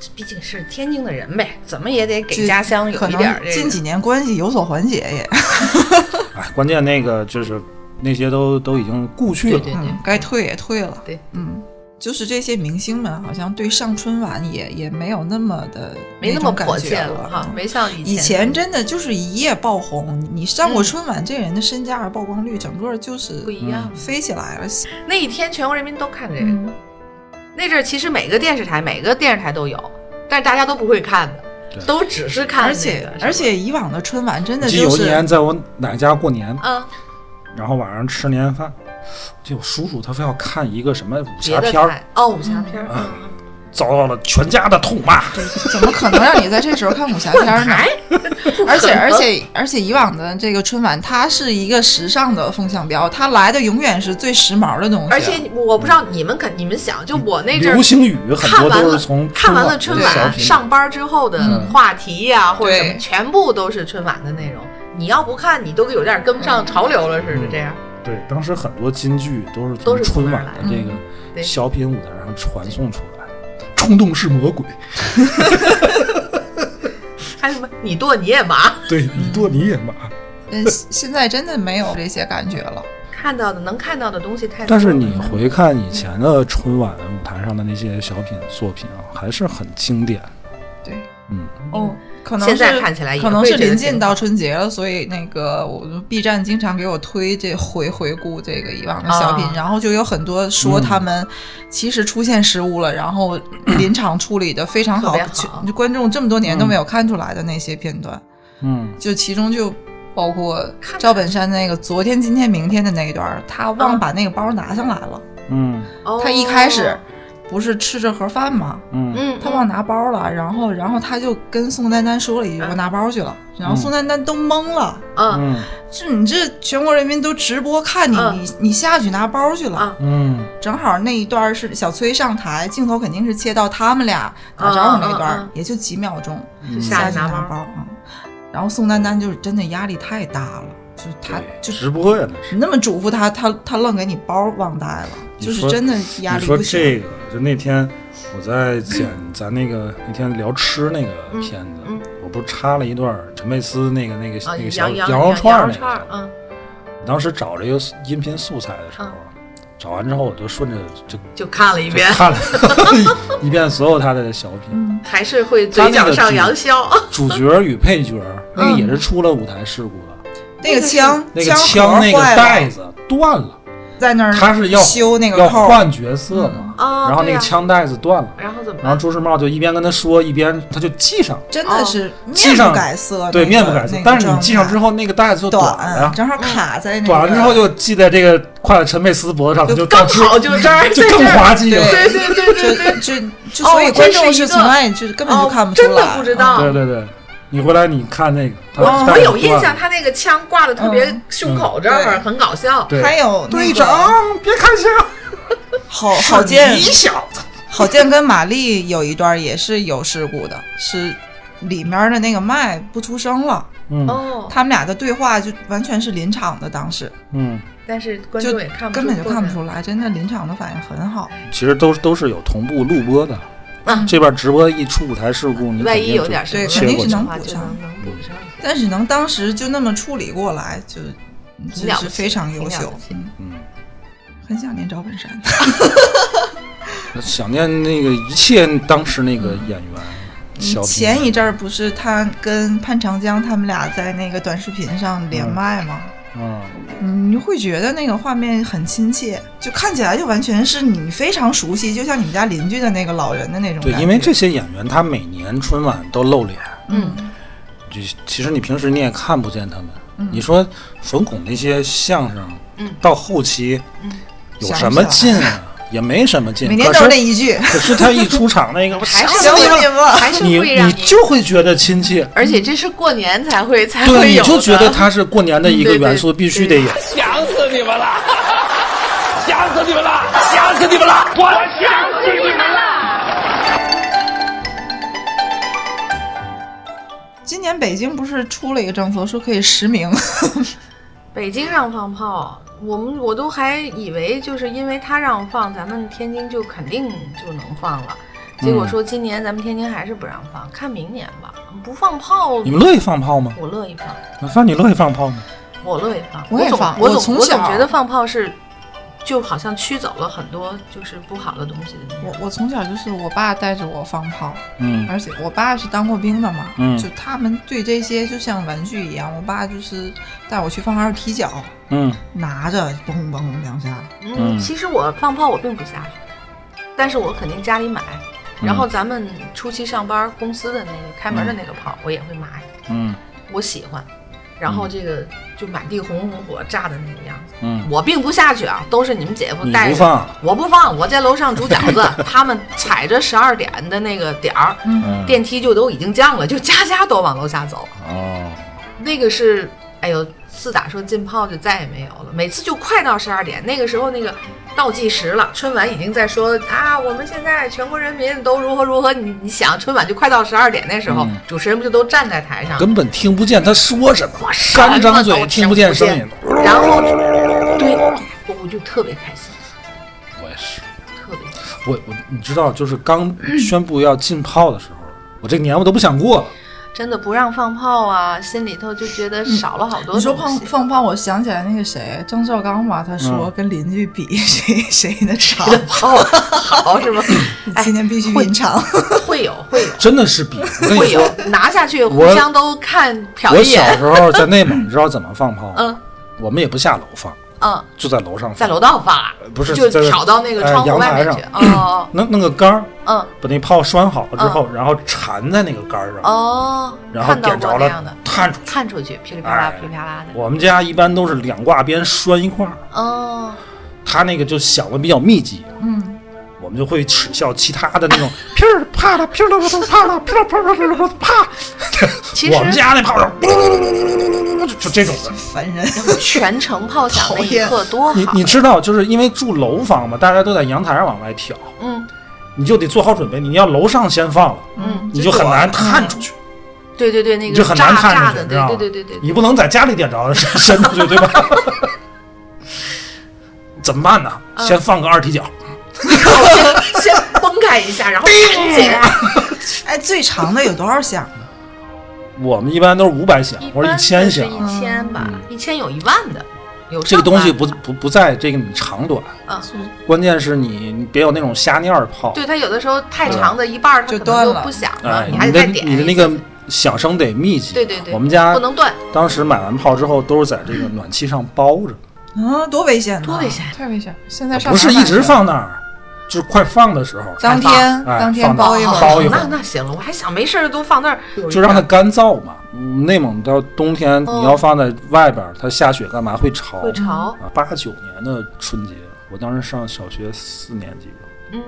C: 这毕竟是天津的人呗，怎么也得给
D: 这
C: 家乡有
D: 可
C: 一点儿
D: 能
C: 这
D: 近几
C: 个。
D: 年关系有所缓解也，
A: 哎，关键那个就是那些都都已经故去
C: 对
A: 了。
C: 对对
D: 嗯嗯，该退也退了。
C: 对，
D: 嗯，就是这些明星们好像对上春晚也也没有那么的
C: 没那
D: 那
C: 么
D: 种感
C: 迫
D: 觉
C: 切
D: 了
C: 了
D: 嗯
C: 哈，没像以
D: 以前真的就是一夜爆红，你你上
C: 嗯
D: 过春晚，这人的身价和曝光率，整个就是
C: 不一样。
D: 飞起来了。
C: 那一天全国人民都看这
D: 嗯
C: 个，那阵儿其实每个电视台每个电视台都有，但是大家都不会看的，
E: 对
C: 都只是看那
D: 而
C: 个、
D: 且
C: 是吧
D: 而，且以往的春晚真的
A: 记
D: 就
A: 得有一
D: 是
A: 年在我奶家过年，
C: 嗯，
A: 然后晚上吃年夜饭，就我叔叔他非要看一个什么武
C: 别
A: 侠
C: 的
A: 片儿，
C: 台哦，武侠片儿，嗯
A: 遭到了全家的痛骂。
D: 怎么可能让你在这时候看武侠 片呢？
C: 哎
D: 而且而且而且以往的这个春晚，它是一个时尚的风向标，它来的永远是最时髦的东西。
C: 而且我不知道你们肯你们想，就我那阵儿
A: 流星雨很
C: 看
A: 多
C: 完
A: 都
C: 了
A: 是从
C: 看完了春
A: 的小
C: 晚
A: 品
C: 上班之后的
D: 嗯
C: 话题呀、或者什么，
D: 对
C: 全部都是春晚的内容。你要不看，你都有点跟不上潮流了似的，
A: 嗯
C: 这样
A: 对，当时很多金剧都是
C: 都
A: 从
C: 是从
A: 春
C: 那
A: 晚
C: 儿来
A: 的
C: 的
A: 这
C: 对
A: 个小品舞台上传送出来。冲动是魔鬼，
C: 还有什么你剁你也麻，
A: 对你剁你也麻。
D: 嗯现在真的没有这些感觉了。
C: 看到的能看到的东西太多了。
A: 但是你回看以前的春晚舞台上的那些小品作品啊，还是很经典。
D: 对，
A: 嗯，
D: 哦，可能
C: 现在
D: 是
C: 看起来也
D: 可能
C: 会
D: 是
C: 觉得
D: 临
C: 挺
D: 近到春节了，所以那个我们 B 站经常给我推这回回顾这个以往的小品，
C: 啊嗯
D: 然后就有很多说他们其实出现失误了，然后临场处理的非常
C: 特
D: 好
C: 别，好嗯
D: 就观众这么多年都没有看出来的那些片段，
A: 嗯，
D: 就其中就。包括
C: 看
D: 赵本山那个昨天、今天、明天的那一段儿，他
C: 啊
D: 忘把那个包拿上来了。
A: 嗯
C: 哦
D: 他一开始不是吃着盒饭吗？
A: 嗯
C: 嗯，
D: 他忘拿包了，然后然后他就跟宋丹丹说了一句：“
C: 嗯
D: 我拿包去了。”然后宋丹丹都懵了，
C: 嗯
A: 嗯
D: 这你这全国人民都直播看你，
C: 嗯
D: 你你下去拿包去了。
C: 嗯
A: 嗯
D: 正好那一段是小崔上台，镜头肯定是切到他们俩打招呼那段，
C: 嗯嗯嗯
D: 也就几秒钟，
A: 嗯，
C: 下去
D: 去
C: 拿
D: 拿
C: 包
D: 包嗯然后宋丹丹就是真的压力太大了，就是他
A: 对，
D: 就
A: 直播呀，那是。
D: 你那么嘱咐他，他他愣给你包忘带了，
A: 你
D: 就是
A: 说
D: 真的压
A: 你
D: 力
A: 说
D: 不行。
A: 这个，就那天我在 剪咱那个那天聊吃那个片子，
C: 嗯嗯
A: 我不是插了一段陈佩斯那个那个、
C: 啊
A: 那个小
C: 羊
A: 肉
C: 肉
A: 串儿
C: 串
A: 那个
C: 儿
A: 事，儿。
C: 嗯
A: 当时找这个音频素材的时候，
D: 嗯
A: 找完之后我就顺着就
C: 就看了一
A: 就
C: 遍，
A: 看了 一遍所有他的小品，
D: 嗯，
C: 还是会嘴角上扬消。
A: 主角与配角那
D: 嗯
A: 个也是出了舞台事故的，
D: 那个枪
A: 那个
D: 枪
A: 枪那
D: 盒
A: 个
D: 坏了
A: 带子断了，
D: 在那儿
A: 他是要
D: 修那个
A: 要
D: 扣儿，嗯哦
A: 换角色嘛，
C: 啊，
A: 然后
C: 对
A: 那个
C: 呀，
A: 枪带子断了。
C: 然后怎么
A: 然后
C: 办？
A: 朱时茂就一边跟他说，一边他就系上了。
D: 真的
C: 哦
D: 是
A: 系
D: 面
A: 上
D: 不改色呃那个，
A: 对，面不改色
D: 那。个
A: 但是
D: 状
A: 你
D: 态
A: 系上之后，那个带子就短了
D: 短
A: 呀，
C: 嗯
D: 正好卡在那个
A: 短了之后就系在这个挎在陈佩斯脖子上，它
C: 就
A: 就
C: 刚
A: 更
C: 好就这儿，
A: 就
C: 在
A: 更
C: 这儿
A: 滑稽了。
C: 对对对对对，
D: 就就就
C: 哦
D: 所以观众
C: 这是一个
D: 从来就根本就看不出来，
C: 真的不知道。
A: 对对对，你回来你看那个，它
C: 我
A: 带
C: 我
A: 子
C: 有印
A: 断
C: 象，
A: 了。
C: 他那个枪挂的特别
D: 嗯
C: 胸口这儿，
D: 对
C: 很搞笑。
D: 嗯。还
A: 对，啊
D: 有那
A: 队
D: 个
A: 长，别看枪，
D: 郝郝建
A: 你小子。
D: 郝建跟玛丽有一段也是有事故的，是里面的那个麦不出声了，
A: 嗯
C: 哦，
D: 他们俩的对话就完全是临场的，当时
A: 嗯，
C: 但是观
D: 就
C: 众也看不
D: 根本就看不
C: 出
D: 出来，真的临场的反应很好。
A: 其实都是都是有同步录播的。
C: 嗯
A: 这边直播一出舞台事故，你
C: 来，万
A: 肯
C: 一
A: 定
C: 有
A: 就
C: 点什么
D: 对
A: 切
D: 肯定
A: 过
D: 是
A: 去
D: 能
C: 话
D: 补
C: 就
D: 上
C: 能能补上一些。
D: 但是能当时就那么处理过来，就
C: 挺
D: 真
C: 了不
D: 是
C: 起
D: 非常优
C: 挺了
D: 秀
C: 不。起
D: 嗯，
A: 嗯，
D: 很想念赵本山。
A: 想念那个一切当时那个演员。小品
D: 前一阵儿不是他跟潘长江他们俩在那个短视频上连麦吗？
A: 嗯，
D: 嗯，你会觉得那个画面很亲切，就看起来就完全是你非常熟悉，就像你们家邻居的那个老人的那种
A: 对，
D: 感觉
A: 因为这些演员他每年春晚都露脸，
D: 嗯
A: 就其实你平时你也看不见他们。你说冯巩那些相声，
C: 嗯
A: 到后期，
C: 嗯
A: 有什么劲 啊？也没什么劲。
D: 每年都是
A: 可
D: 那
A: 是
D: 一句，
A: 可是他一出场那个，我
C: 还
A: 想
C: 是
A: 起来
C: 会
A: 了
D: 吧？
C: 还是
A: 你
C: 会让
A: 你就会觉得亲切，
C: 而且这是过年才会才
A: 对，
C: 会
A: 你
C: 有的，嗯
A: 就觉得它是过年的一个
C: 对对
A: 元素，必须得有。
F: 想死你们了！ 想死你们了！想死你们了！我想死你们了！
D: 今年北京不是出了一个政策，说可以实名，
C: 北京让放炮，我们我都还以为就是因为他让放，咱们天津就肯定就能放了。结果
D: 嗯
C: 说今年咱们天津还是不让放，看明年吧。不放炮，
A: 你们乐意放炮吗？
C: 我乐意放，
A: 我发现你乐意放炮吗？
C: 我乐意放。
D: 我也
C: 总
D: 放
C: 我
D: 我
C: 总
D: 从
C: 总
D: 小
C: 觉得放炮是就好像驱走了很多就是不好的东西的那种。
D: 我我从小就是我爸带着我放炮，
E: 嗯
D: 而且我爸是当过兵的嘛，
E: 嗯
D: 就他们对这些就像玩具一样。我爸就是带我去放二踢脚，
E: 嗯
D: 拿着嘣嘣两下，
E: 嗯
C: 其实我放炮我并不下手，但是我肯定家里买。然
D: 嗯
C: 后咱们初期上班，公司的那个开门的那个炮，我也会买，
E: 嗯
C: 我喜欢。然
A: 嗯
C: 后这个就满地红红火炸的那个样子，
E: 嗯，
C: 我并不下去啊，都是你们姐夫
A: 你
C: 带
A: 不
C: 着。
A: 放，
C: 我不放，我在楼上煮饺 子，他们踩着十二点的那个点儿，
E: 嗯
C: 电梯就都已经降了，就家家都往楼下走。
A: 嗯
E: 哦，
C: 那个是，哎呦，自打说禁炮就再也没有了，每次就快到十二点，那个时候那个倒计时了，春晚已经在说啊，我们现在全国人民都如何如何，你你想春晚就快到十二点那时候，
E: 嗯
C: 主持人不就都站在台上，
A: 根本听不见他说什么
C: 我，什么
A: 干张嘴
C: 都
A: 听
C: 不
A: 不见声音，
C: 然后 对，我我就特别开心，
E: 我也是，
C: 特别开心
A: 我我你知道，就是刚宣布要禁炮的时候，我这年我都不想过了。
C: 真的不让放炮啊，心里头就觉得少了好多
D: 嗯你说
C: 东
D: 放
C: 西。啊
D: 放炮，我想起来那个谁，郑绍刚吧，
A: 嗯
D: 他说跟邻居比 谁谁的长，
C: 炮哦好 是吗？哎
D: 今，天必须云长。
C: 会有会有
A: 真的是 比我跟你
C: 会
A: 说，
C: 有，拿下去互
A: 我
C: 相都看瞟
A: 我
C: 一
A: 小
C: 眼。
A: 时候在内蒙，你知道怎么放炮吗？
C: 嗯
A: 我们也不下楼放，
C: 嗯，
A: 就在楼上放，
C: 在楼道放啊，
A: 呃不是
C: 就
A: 在
C: 挑到那个窗户
A: 呃阳
C: 外
A: 台
C: 面
A: 上
C: 去。哦
A: 弄弄个杆儿，
C: 哦
A: 把那炮拴好了之后，然后缠在那个杆儿上，
C: 嗯哦，
A: 然后
C: 看到
A: 点
C: 过
A: 着
C: 那样
A: 了
C: 的，，
A: 探出去。
C: 看出去噼里啪啦
A: 哎
C: 噼里啪啦的。
A: 我们家一般都是两挂鞭拴一块儿，
C: 哦，
A: 它那个就响的比较密集，
D: 嗯，
A: 我们就会耻笑其他的那种 噼儿啪啦噼儿啦啪啦噼儿啦啪啦啪啦啪。
C: 其
A: 我们
C: 实
A: 家那炮是就这种的。
D: 烦人。
C: 全程炮响那一刻多
A: 你
C: 好。啊
A: 你知道，就是因为住楼房嘛，大家都在阳台上往外挑，
C: 嗯
A: 你就得做好准备。你要楼上先放了，
C: 嗯，
A: 你就很难探出去，
C: 对对对，那
A: 你
C: 个
A: 就很难
C: 炸
A: 探
C: 炸
A: 出去，你
C: 的，
A: 知
C: 对
A: 道吗
C: 对对对 对对。
A: 你不能在家里点着伸出去，对吧？ 怎么办呢？
C: 嗯
A: 先放个二踢脚，
C: 先先崩开一下，然 后赶紧
D: 哎，最长的有多少响？啊
A: 我们一般都是五百响
C: 一般
A: 或者一千
C: 是
A: 响。
C: 一千吧，一千有一万的，有
A: 这个
C: 上
A: 东西
C: 万
A: 不嗯不不在这个你长短，
C: 啊，
A: 关键是你你别有那种瞎蔫儿炮。
C: 对它有的时候太长的一半儿它
D: 就
C: 可能
D: 断了
C: 不响
A: 哎，
C: 你还
A: 你
C: 得
A: 的
C: 再点
A: 你的
C: 一
A: 那
C: 下
A: 个响声得密集。
C: 对对对
A: 我们家
C: 不能断，
A: 当时买完炮之后都是在这个暖气上包着，
D: 啊，多危险！
C: 多危险！
D: 太危险！现在
A: 啊
D: 上
A: 不是
D: 哪儿
A: 一直
D: 买
A: 放那儿，就是快放的时候，
D: 当天
A: 哎
D: 当天
A: 放
D: 包一
A: 会儿
D: 包
A: 包一会儿
C: 哦那那行了，我还想没事儿都放那儿，
A: 就让它干燥嘛。嗯内蒙到冬天
C: 哦
A: 你要放在外边儿，它下雪干嘛会潮？
C: 会潮，
A: 啊，八九年的春节，我当时上小学四年级吧。
C: 嗯，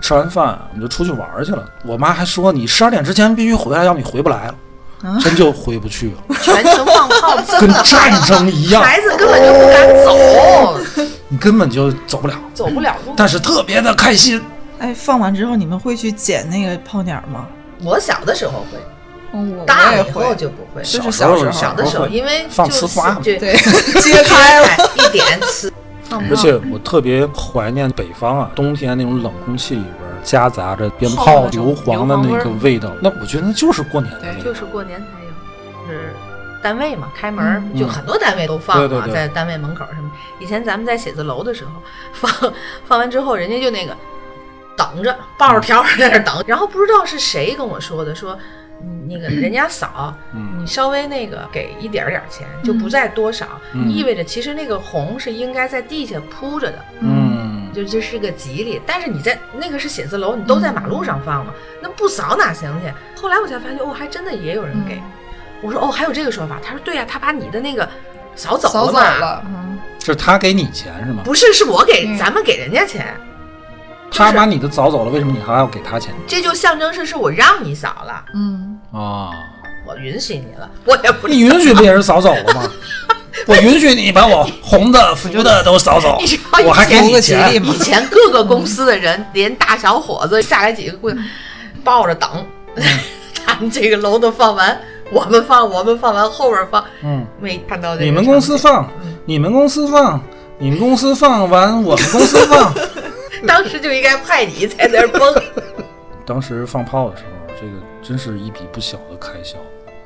A: 吃完饭我们就出去玩儿去了，我妈还说你十二点之前必须回来，要不你回不来了，真就回不去 了，
C: 全程放 炮，
A: 跟战争一样，
C: 孩子根本就不敢
A: 哦
C: 走，
A: 你根本就走不了。
C: 走不了路。
A: 但是特别的开心，
D: 哎，放完之后你们会去捡那个泡鸟吗？
C: 我小的时候会，
D: 嗯，我
C: 大
D: 我也
C: 了以后
D: 会，
C: 就不会。
D: 是
A: 小
D: 小时候
A: 小
C: 的时候，
A: 会
C: 因为
A: 放
C: 就
A: 呲
C: 是
A: 花嘛
C: 对，
D: 对， 揭开了。
C: 一点呲，
A: 而且我特别怀念北方啊，冬天那种冷空气里边夹杂着鞭炮硫磺的那个味道，那我觉得那就是过年的味道。
C: 就是过年才有，是单位嘛，开门儿就很多单位都放
A: 对
C: 啊
A: 对，对
C: 在单位门口儿什么。以前咱们在写字楼的时候，放 放完之后，人家就那个等着，抱着条儿在那儿等。然后不知道是谁跟我说的，说你那个人家嫂，
A: 嗯
C: 你稍微那个给一点儿点儿钱，就不在多少，意味着其实那个红是应该在地下铺着的，
A: 嗯，
C: 就这是个吉利，但是你在那个是写字楼，你都在马路上放嘛，那不扫哪行去？后来我才发现，哦，还真的也有人给。
D: 嗯
C: 我说哦，还有这个说法。他说对呀、他把你的那个扫走
D: 扫
C: 了
D: 走
C: 嘛，
D: 了，嗯，
A: 是他给你钱是吗？
C: 不是，是我给、
D: 嗯
C: 咱们给人家钱，
A: 他把你的早走了，为什么你还要给他钱
C: 这就象征是是我让你扫了，
D: 嗯，
A: 啊？
C: 我允许你了，我也不
A: 你允许别人扫走了 吗？我允许你把我红的、福的都扫走
C: 你知道以，前
A: 我还给
D: 图
A: 你
D: 个吉利
A: 钱。
D: 嘛
C: 以。前各个公司的人，连大小伙子下来几个姑娘，抱着等，
A: 嗯
C: 他们这个楼都放完，我们放，我们放完，后边放，
A: 嗯，
C: 没看到这个
A: 你们公司
C: 场景
A: 放，你们公司放，你们公司放完，我们公司 放。
C: 当时就应该派你在那儿崩。
A: 当时放炮的时候，这个真是一笔不小的开销。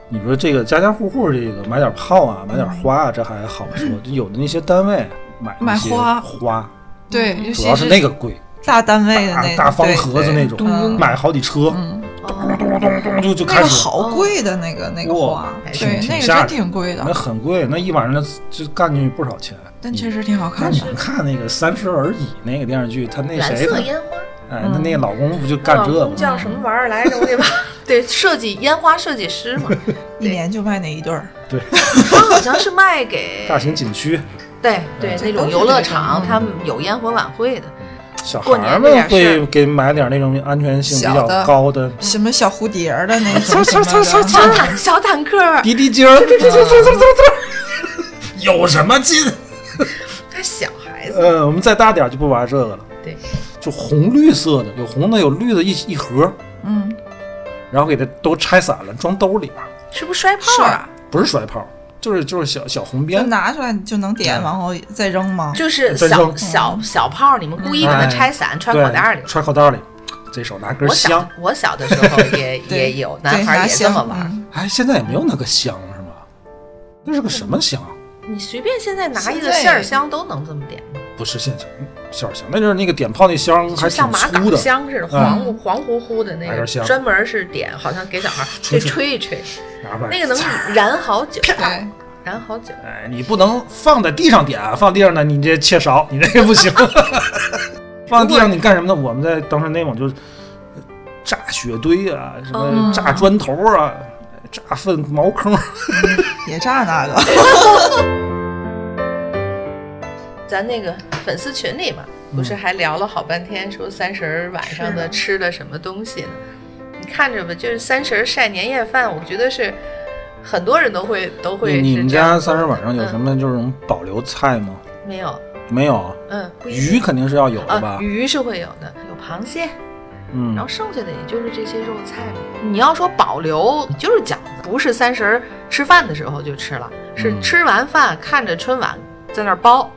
A: 你说这个家家户户这个买点炮啊，买点花啊，这还好说。就有的那些单位买那些
D: 买花
A: 花，
C: 嗯
D: 对，尤
A: 主
D: 其
A: 要是那个贵，
D: 大单位的那
A: 大
D: 个
A: 大方
D: 对
A: 盒子那
D: 对
A: 种，
D: 嗯
A: 买好几车，
C: 哦
A: 咚咚咚就就
D: 那
A: 开
D: 个
A: 始，
C: 嗯
D: 好贵的那个那个
A: 哇
D: 花，
A: 挺
D: 对，
A: 挺
D: 那个
A: 吓人嗯
D: 真挺贵
A: 那
D: 的，
A: 很贵，那一晚上就干进去不少钱。
D: 但确实挺好
A: 那
D: 看
A: 你
D: 的。
A: 看那个《三十而已》那个电视剧，他 那
C: 蓝
A: 谁，
C: 色
A: 他
C: 烟花，
A: 哎，他那个老公不就干这
C: 老
A: 个
C: 公
A: 吗？
C: 叫什么玩意儿来着？我得忘。 对，设计烟花设计师嘛，
D: 一年就卖那一对儿，
C: 嗯
A: 对，
C: 他好像是卖给
A: 大型嗯景区，
C: 对对那种游乐场，
A: 嗯
C: 他们有烟火晚会的。
A: 小
C: 过
A: 孩
C: 年那
A: 们
C: 点事儿
A: 会给买点那种安全性比较
D: 小的
A: 高的
D: 什么小蝴蝶儿的 那
A: 嗖
D: 种什
A: 嗖嗖嗖嗖
D: 么的，
C: 小 坦小坦克，
A: 滴滴精儿，走走走走走走，有什么劲？
C: 他小孩子
A: 呃，我们再大点儿就不玩这个了，
C: 对，
A: 就红绿色的，有红的有绿的一一盒，
D: 嗯，
A: 然后给它都拆散了，装兜里边儿，
C: 是不是摔炮啊？
A: 不是摔炮，就是就是小小红
D: 就
A: 鞭，
D: 拿出来就能点，
A: 嗯
D: 往后再扔吗？
C: 就是
A: 真
C: 小
A: 正嗯哎
C: 小小炮，你们故意把它拆散，揣
A: 对
C: 口袋里。
A: 揣口袋里，这手拿根
C: 我小
A: 香，
C: 我小的时候 也
D: 对
C: 也有，
D: 对
C: 男
D: 拿
C: 孩也这
D: 香
C: 么玩。
D: 嗯
A: 哎，现在也没有那个香是吗？那是个什么香？
C: 你随便现在拿一
D: 现
C: 个
D: 在
C: 线儿香都能这么点，
A: 不是现成小香，那就是那个点炮那香还
C: 就
A: 挺
C: 像马
A: 粗
C: 杆
A: 的，
C: 香似的，黄乎黄乎乎的那
A: 拿
C: 个
A: 根，香
C: 专门是点，好像给小孩儿
A: 吹吹
C: 这吹一吹，
A: 拿出来
C: 那个能燃好久，
D: 对，
C: 燃好久。
A: 哎，你不能放在地上点啊，放地上呢，你这切勺，你这个不 行。放地上你干什么呢？我们在当时内蒙就是呃炸雪堆啊，什么
C: 哦
D: 嗯
A: 炸砖头啊，炸粪茅坑啊。
D: 也炸那个，
C: 咱那个粉丝群里嘛，不
A: 嗯
C: 是还聊了好半天，说三十儿晚上的吃的什么东西呢？你看着吧，就是三十儿晒年夜饭，我觉得是很多人都会都会是
A: 你们
C: 这样
A: 家
C: 做
A: 三十晚上有
C: 嗯
A: 什么这种保留菜吗？
C: 没有？
A: 没有，啊
C: 嗯，不一定
A: 鱼肯定是要有的
C: 啊
A: 吧，？
C: 鱼是会有的，有螃蟹，
A: 嗯
C: 然后，剩下的也就是这些肉菜了。你要说保留，就是讲不是三十儿吃饭的时候就吃了，是
A: 嗯
C: 吃完饭看着春晚在那儿包，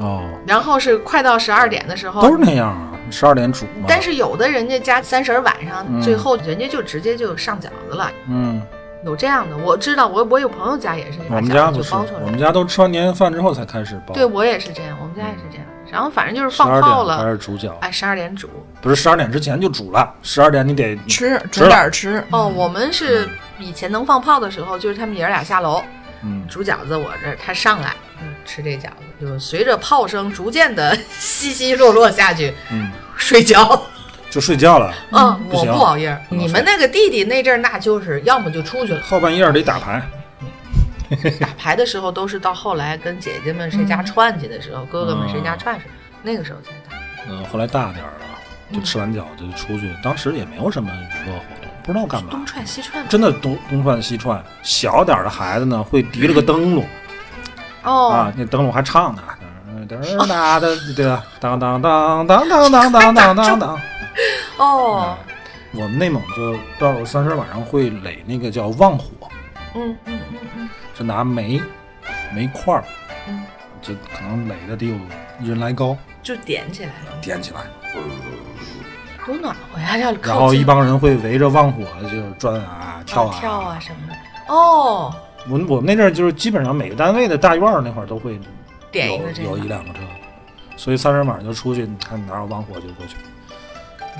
A: 哦，
C: 然后是快到十二点的时候，
A: 都是那样啊，十二点煮嘛。
C: 但，是有的人家家三十儿晚上、
A: 嗯
C: 最后人家就直接就上饺子了，
A: 嗯，
C: 有这样的，我知道，我我有朋友家也是，
A: 我
C: 把
A: 们家
C: 饺子
A: 不，
C: 就是包出
A: 我们
C: 来。
A: 家都吃完年夜饭之后才开始包。
C: 对，我也是这样，我们家也是这样。然后反正就是
A: 十
C: 放
A: 二
C: 炮
A: 点开
C: 了，
A: 始煮饺子。
C: 哎，十二点煮。
A: 不是十二点之前就煮了，十二点你得
D: 吃
A: 吃了
D: 准点儿
A: 嗯
D: 吃。
C: 哦，我们是以前能放炮的时候，就是他们爷儿俩下楼
A: 嗯，
C: 煮饺子，我这儿他上来，嗯，吃这饺子，就随着炮声逐渐的 稀稀落落下去，
A: 嗯，
C: 睡觉。
A: 就睡觉了。
C: 嗯，
A: 不
C: 我
A: 行
C: 不熬夜儿。
A: 不能
C: 你们那个弟弟那阵儿，那就是要么就出去了，
A: 后半夜得打牌，
C: 打牌的时候都是到后来跟姐姐们谁家串去的时候，哥哥们谁家串去，那个时候才打。
A: 嗯，后来大点儿了，就吃完饺子就出去，当时也没有什么娱乐活动，不知道干嘛
C: 东。串西串吧。
A: 真的东东窜西窜，小点儿的孩子呢会提了个灯笼
C: 哦
A: 啊，，那灯笼还唱呢，噔儿哒的，对吧？当当当当当当当当当当。
C: 哦，
A: 我们内蒙就到三十晚上会垒那个叫旺火，
C: 嗯嗯嗯嗯，
A: 就拿煤煤块儿
C: 嗯，
A: 就可能垒的得有一人来高，
C: 就点起来了，
A: 点起来，
C: 多暖和呀！要
A: 然后
C: 靠近
A: 一帮人会围着旺火就是转啊跳啊。
C: 啊跳啊什么的。哦，
A: 我们我们那阵儿就是基本上每个单位的大院儿那会儿都会
C: 点一个这
A: 有有一
C: 个
A: 两个这个，所以三十晚上就出去，你看哪有旺火就过去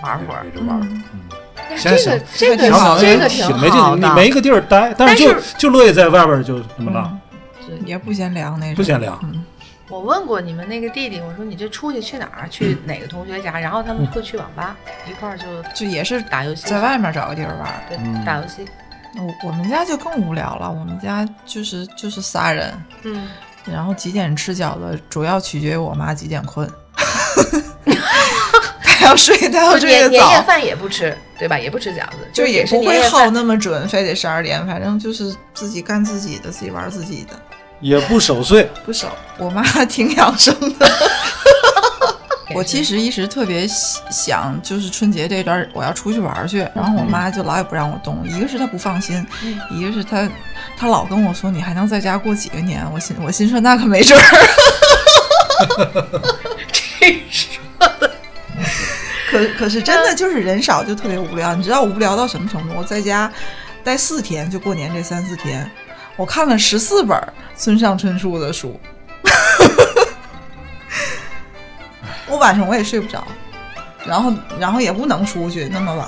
C: 玩会儿
A: 围。着玩儿。
C: 哎
A: 想
C: 这
A: 想
C: 个这
D: 对
C: 个
A: 想想
C: 这
A: 也
C: 个
A: 挺没劲
C: 好，
A: 你
C: 的，
A: 没个地儿待，但是就
C: 但嗯
A: 就乐意在外边儿就那么浪，
D: 也不嫌凉那种，
A: 不嫌凉
D: 嗯
C: 我问过你们那个弟弟，我说你这出去去哪儿？去哪个同学家？然后他们会去网吧，一块儿就
D: 就也是
C: 打游戏，
D: 在外面找个地儿玩儿。
C: 对
A: 嗯
C: 打游戏。
D: 哦我我们家就更无聊了，我们家就是就是仨人，
C: 嗯，
D: 然后几点吃饺子主要取决于我妈几点困。 她要睡，她要
C: 就
D: 睡
C: 年
D: 得
C: 年夜
D: 早，
C: 饭也不吃，对吧？也不吃饺子，
D: 就也
C: 也是
D: 不
C: 年
D: 会
C: 夜
D: 耗
C: 饭。
D: 那么准，非得十二点。反正就是自己干自己的，自己玩自己的，
A: 也不守岁。
D: 不少。我妈 挺养生的。我其
C: 实
D: 实一直特别喜想，就是春节这段儿我要出去玩儿去，然后我妈就老也不让我动，一个是她不放心，一个是她她老跟我说你还能在家过几个年，我心我心说那可没准儿。可可是真
C: 嗯
D: 的就是人少就特别无聊，你知道我无聊到什么程度？我在家待四天，就过年这三四天，我看了十四本儿村上春树的书。晚 上我也睡不着，然后然后也不能出去那么晚，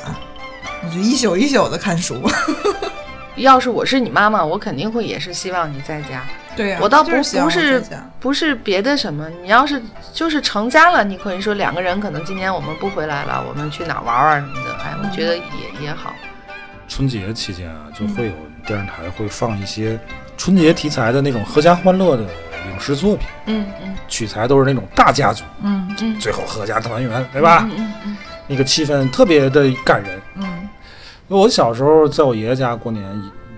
D: 我就一宿一宿的看书。
C: 要是我是你妈妈，我肯定会也是希望你在家。
D: 对呀、
C: 我倒不
D: 就是希
C: 不
D: 望我
C: 是
D: 在家
C: 不是别的什么，你要是就是成家了，你可以说两个人可能今年我们不回来了，我们去哪儿玩玩什么的，哎，
D: 嗯
C: 我觉得也也好。
A: 春节期间啊，就会有
C: 嗯
A: 电视台会放一些春节题材的那种合家欢乐的影视作品，
C: 嗯嗯
A: 取材都是那种大家族，
D: 嗯
C: 嗯
A: 最后合家团圆，对吧？
C: 嗯嗯嗯，
A: 那个气氛特别的感人。
D: 嗯
A: 因为我小时候在我爷爷家过年，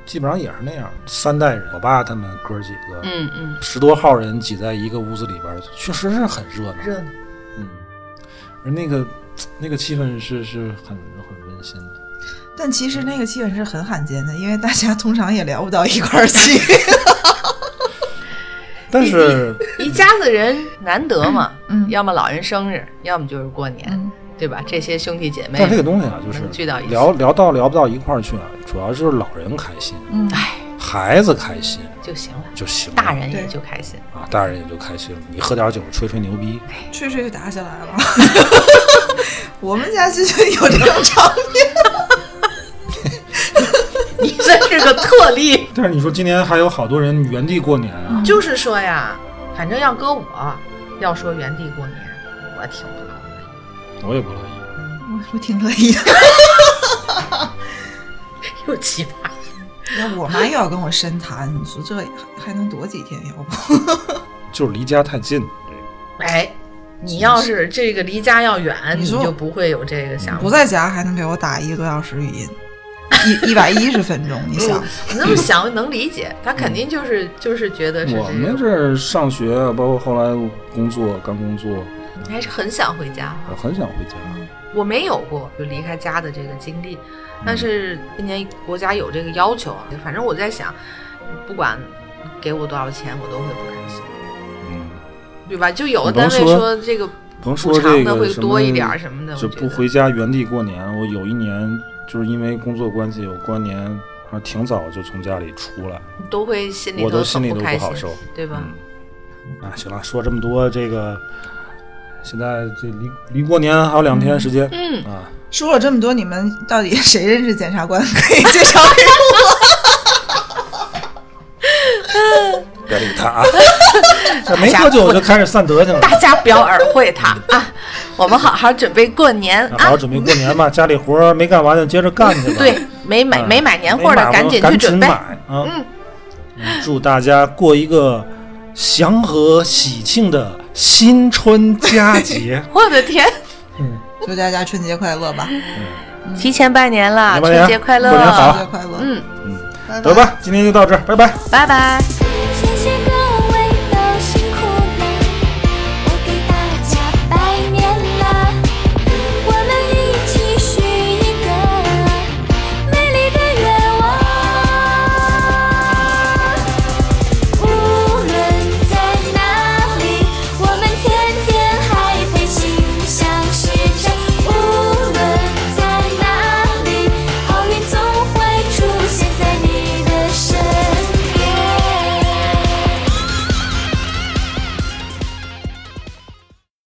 A: 基本上也是那样，三代人，我爸他们哥几个，
C: 嗯嗯，
A: 十多号人挤在一个屋子里边，确实是很热闹。
C: 热闹。
A: 嗯，而那个那个气氛是是很很温馨 的。
D: 但其实那个气氛是很罕见的，因为大家通常也聊不到一块儿去。
A: 但是
C: 一家子人难得嘛，
D: 嗯
C: 要么老人生日，要么就是过年，
D: 嗯
C: 对吧？这些兄弟姐妹，
A: 但这个东西啊，就是
C: 能聚到一起
A: 聊聊到聊不到一块儿去啊，主要就是老人开心，
D: 嗯，
A: 孩子开心
C: 就行了，
A: 就行了，
C: 大人也
D: 对
C: 就开心。
A: 啊，大人也就开心了。你喝点酒，吹吹牛逼，
D: 吹吹就打起来了。 我们家就有这种场面，
C: 你真是个特例。
A: 但是你说今年还有好多人原地过年啊，
C: 就是说呀，反正要搁我，要说原地过年，我挺不乐意。
A: 我也不乐意。
D: 我说挺乐意的。
C: 又奇葩。
D: 那我妈又要跟我深谈，你说这还还能躲几天？要不
A: 就是离家太近，
C: 哎，你要是这个离家要远，
D: 你
C: 你
D: 说
C: 就不会有这个想
D: 不
C: 法。
D: 在家还能给我打一个多小时语音，一一百一十分钟，你想？
C: 你那么想能理解，他肯定就是就是觉得是
A: 我
C: 这
A: 们
C: 个，
A: 这儿上学，包括后来工作，刚工作，
C: 你还是很想回家。
A: 我很想回家。
C: 我没有过就离开家的这个经历，
A: 嗯
C: 但是今年国家有这个要求啊，反正我在想，不管给我多少钱，我都会不开心，
A: 嗯，
C: 对吧？就有的
A: 你甭
C: 单位
A: 说
C: 说这个
A: 甭
C: 补
A: 说
C: 偿
A: 这
C: 的
A: 个
C: 会
A: 什么
C: 多一点儿什么的，
A: 就
C: 我觉
A: 不
C: 得
A: 回家原地过年。我有一年就是因为工作关系，我过年还挺早就从家里出来。
C: 都会心里
A: 我都心
C: 很
A: 里都
C: 开
A: 不
C: 心，
A: 好受，
C: 对吧？
A: 啊，行了，说这么多，这个现在这离离过年还有两天时间，
C: 嗯
A: 啊，
D: 说了这么多，你们到底谁认识检察官？可以介绍给
A: 嗯
D: 我。
A: 别理 他啊！这没多久我就开始散德行了，
C: 大家不要耳会他啊！我们好好准备过年
A: 好好
C: 啊！
A: 准备过年吧，家里活儿没干完就接着干去吧。
C: 对，没买
A: 啊
C: 没买年货的，
A: 没买
C: 赶
A: 完
C: 紧
A: 赶
C: 去准备
A: 买。啊！嗯祝大家过一个祥和喜庆的新春佳节。
C: 我的天，
D: 祝大家春节快乐吧！
C: 提前拜年了，
A: 拜年
C: 春节快
A: 过年
C: 乐！
A: 好
D: 春节快乐，
C: 嗯，
D: 拜拜
A: 得吧，今天就到这儿，拜拜。
C: 拜拜。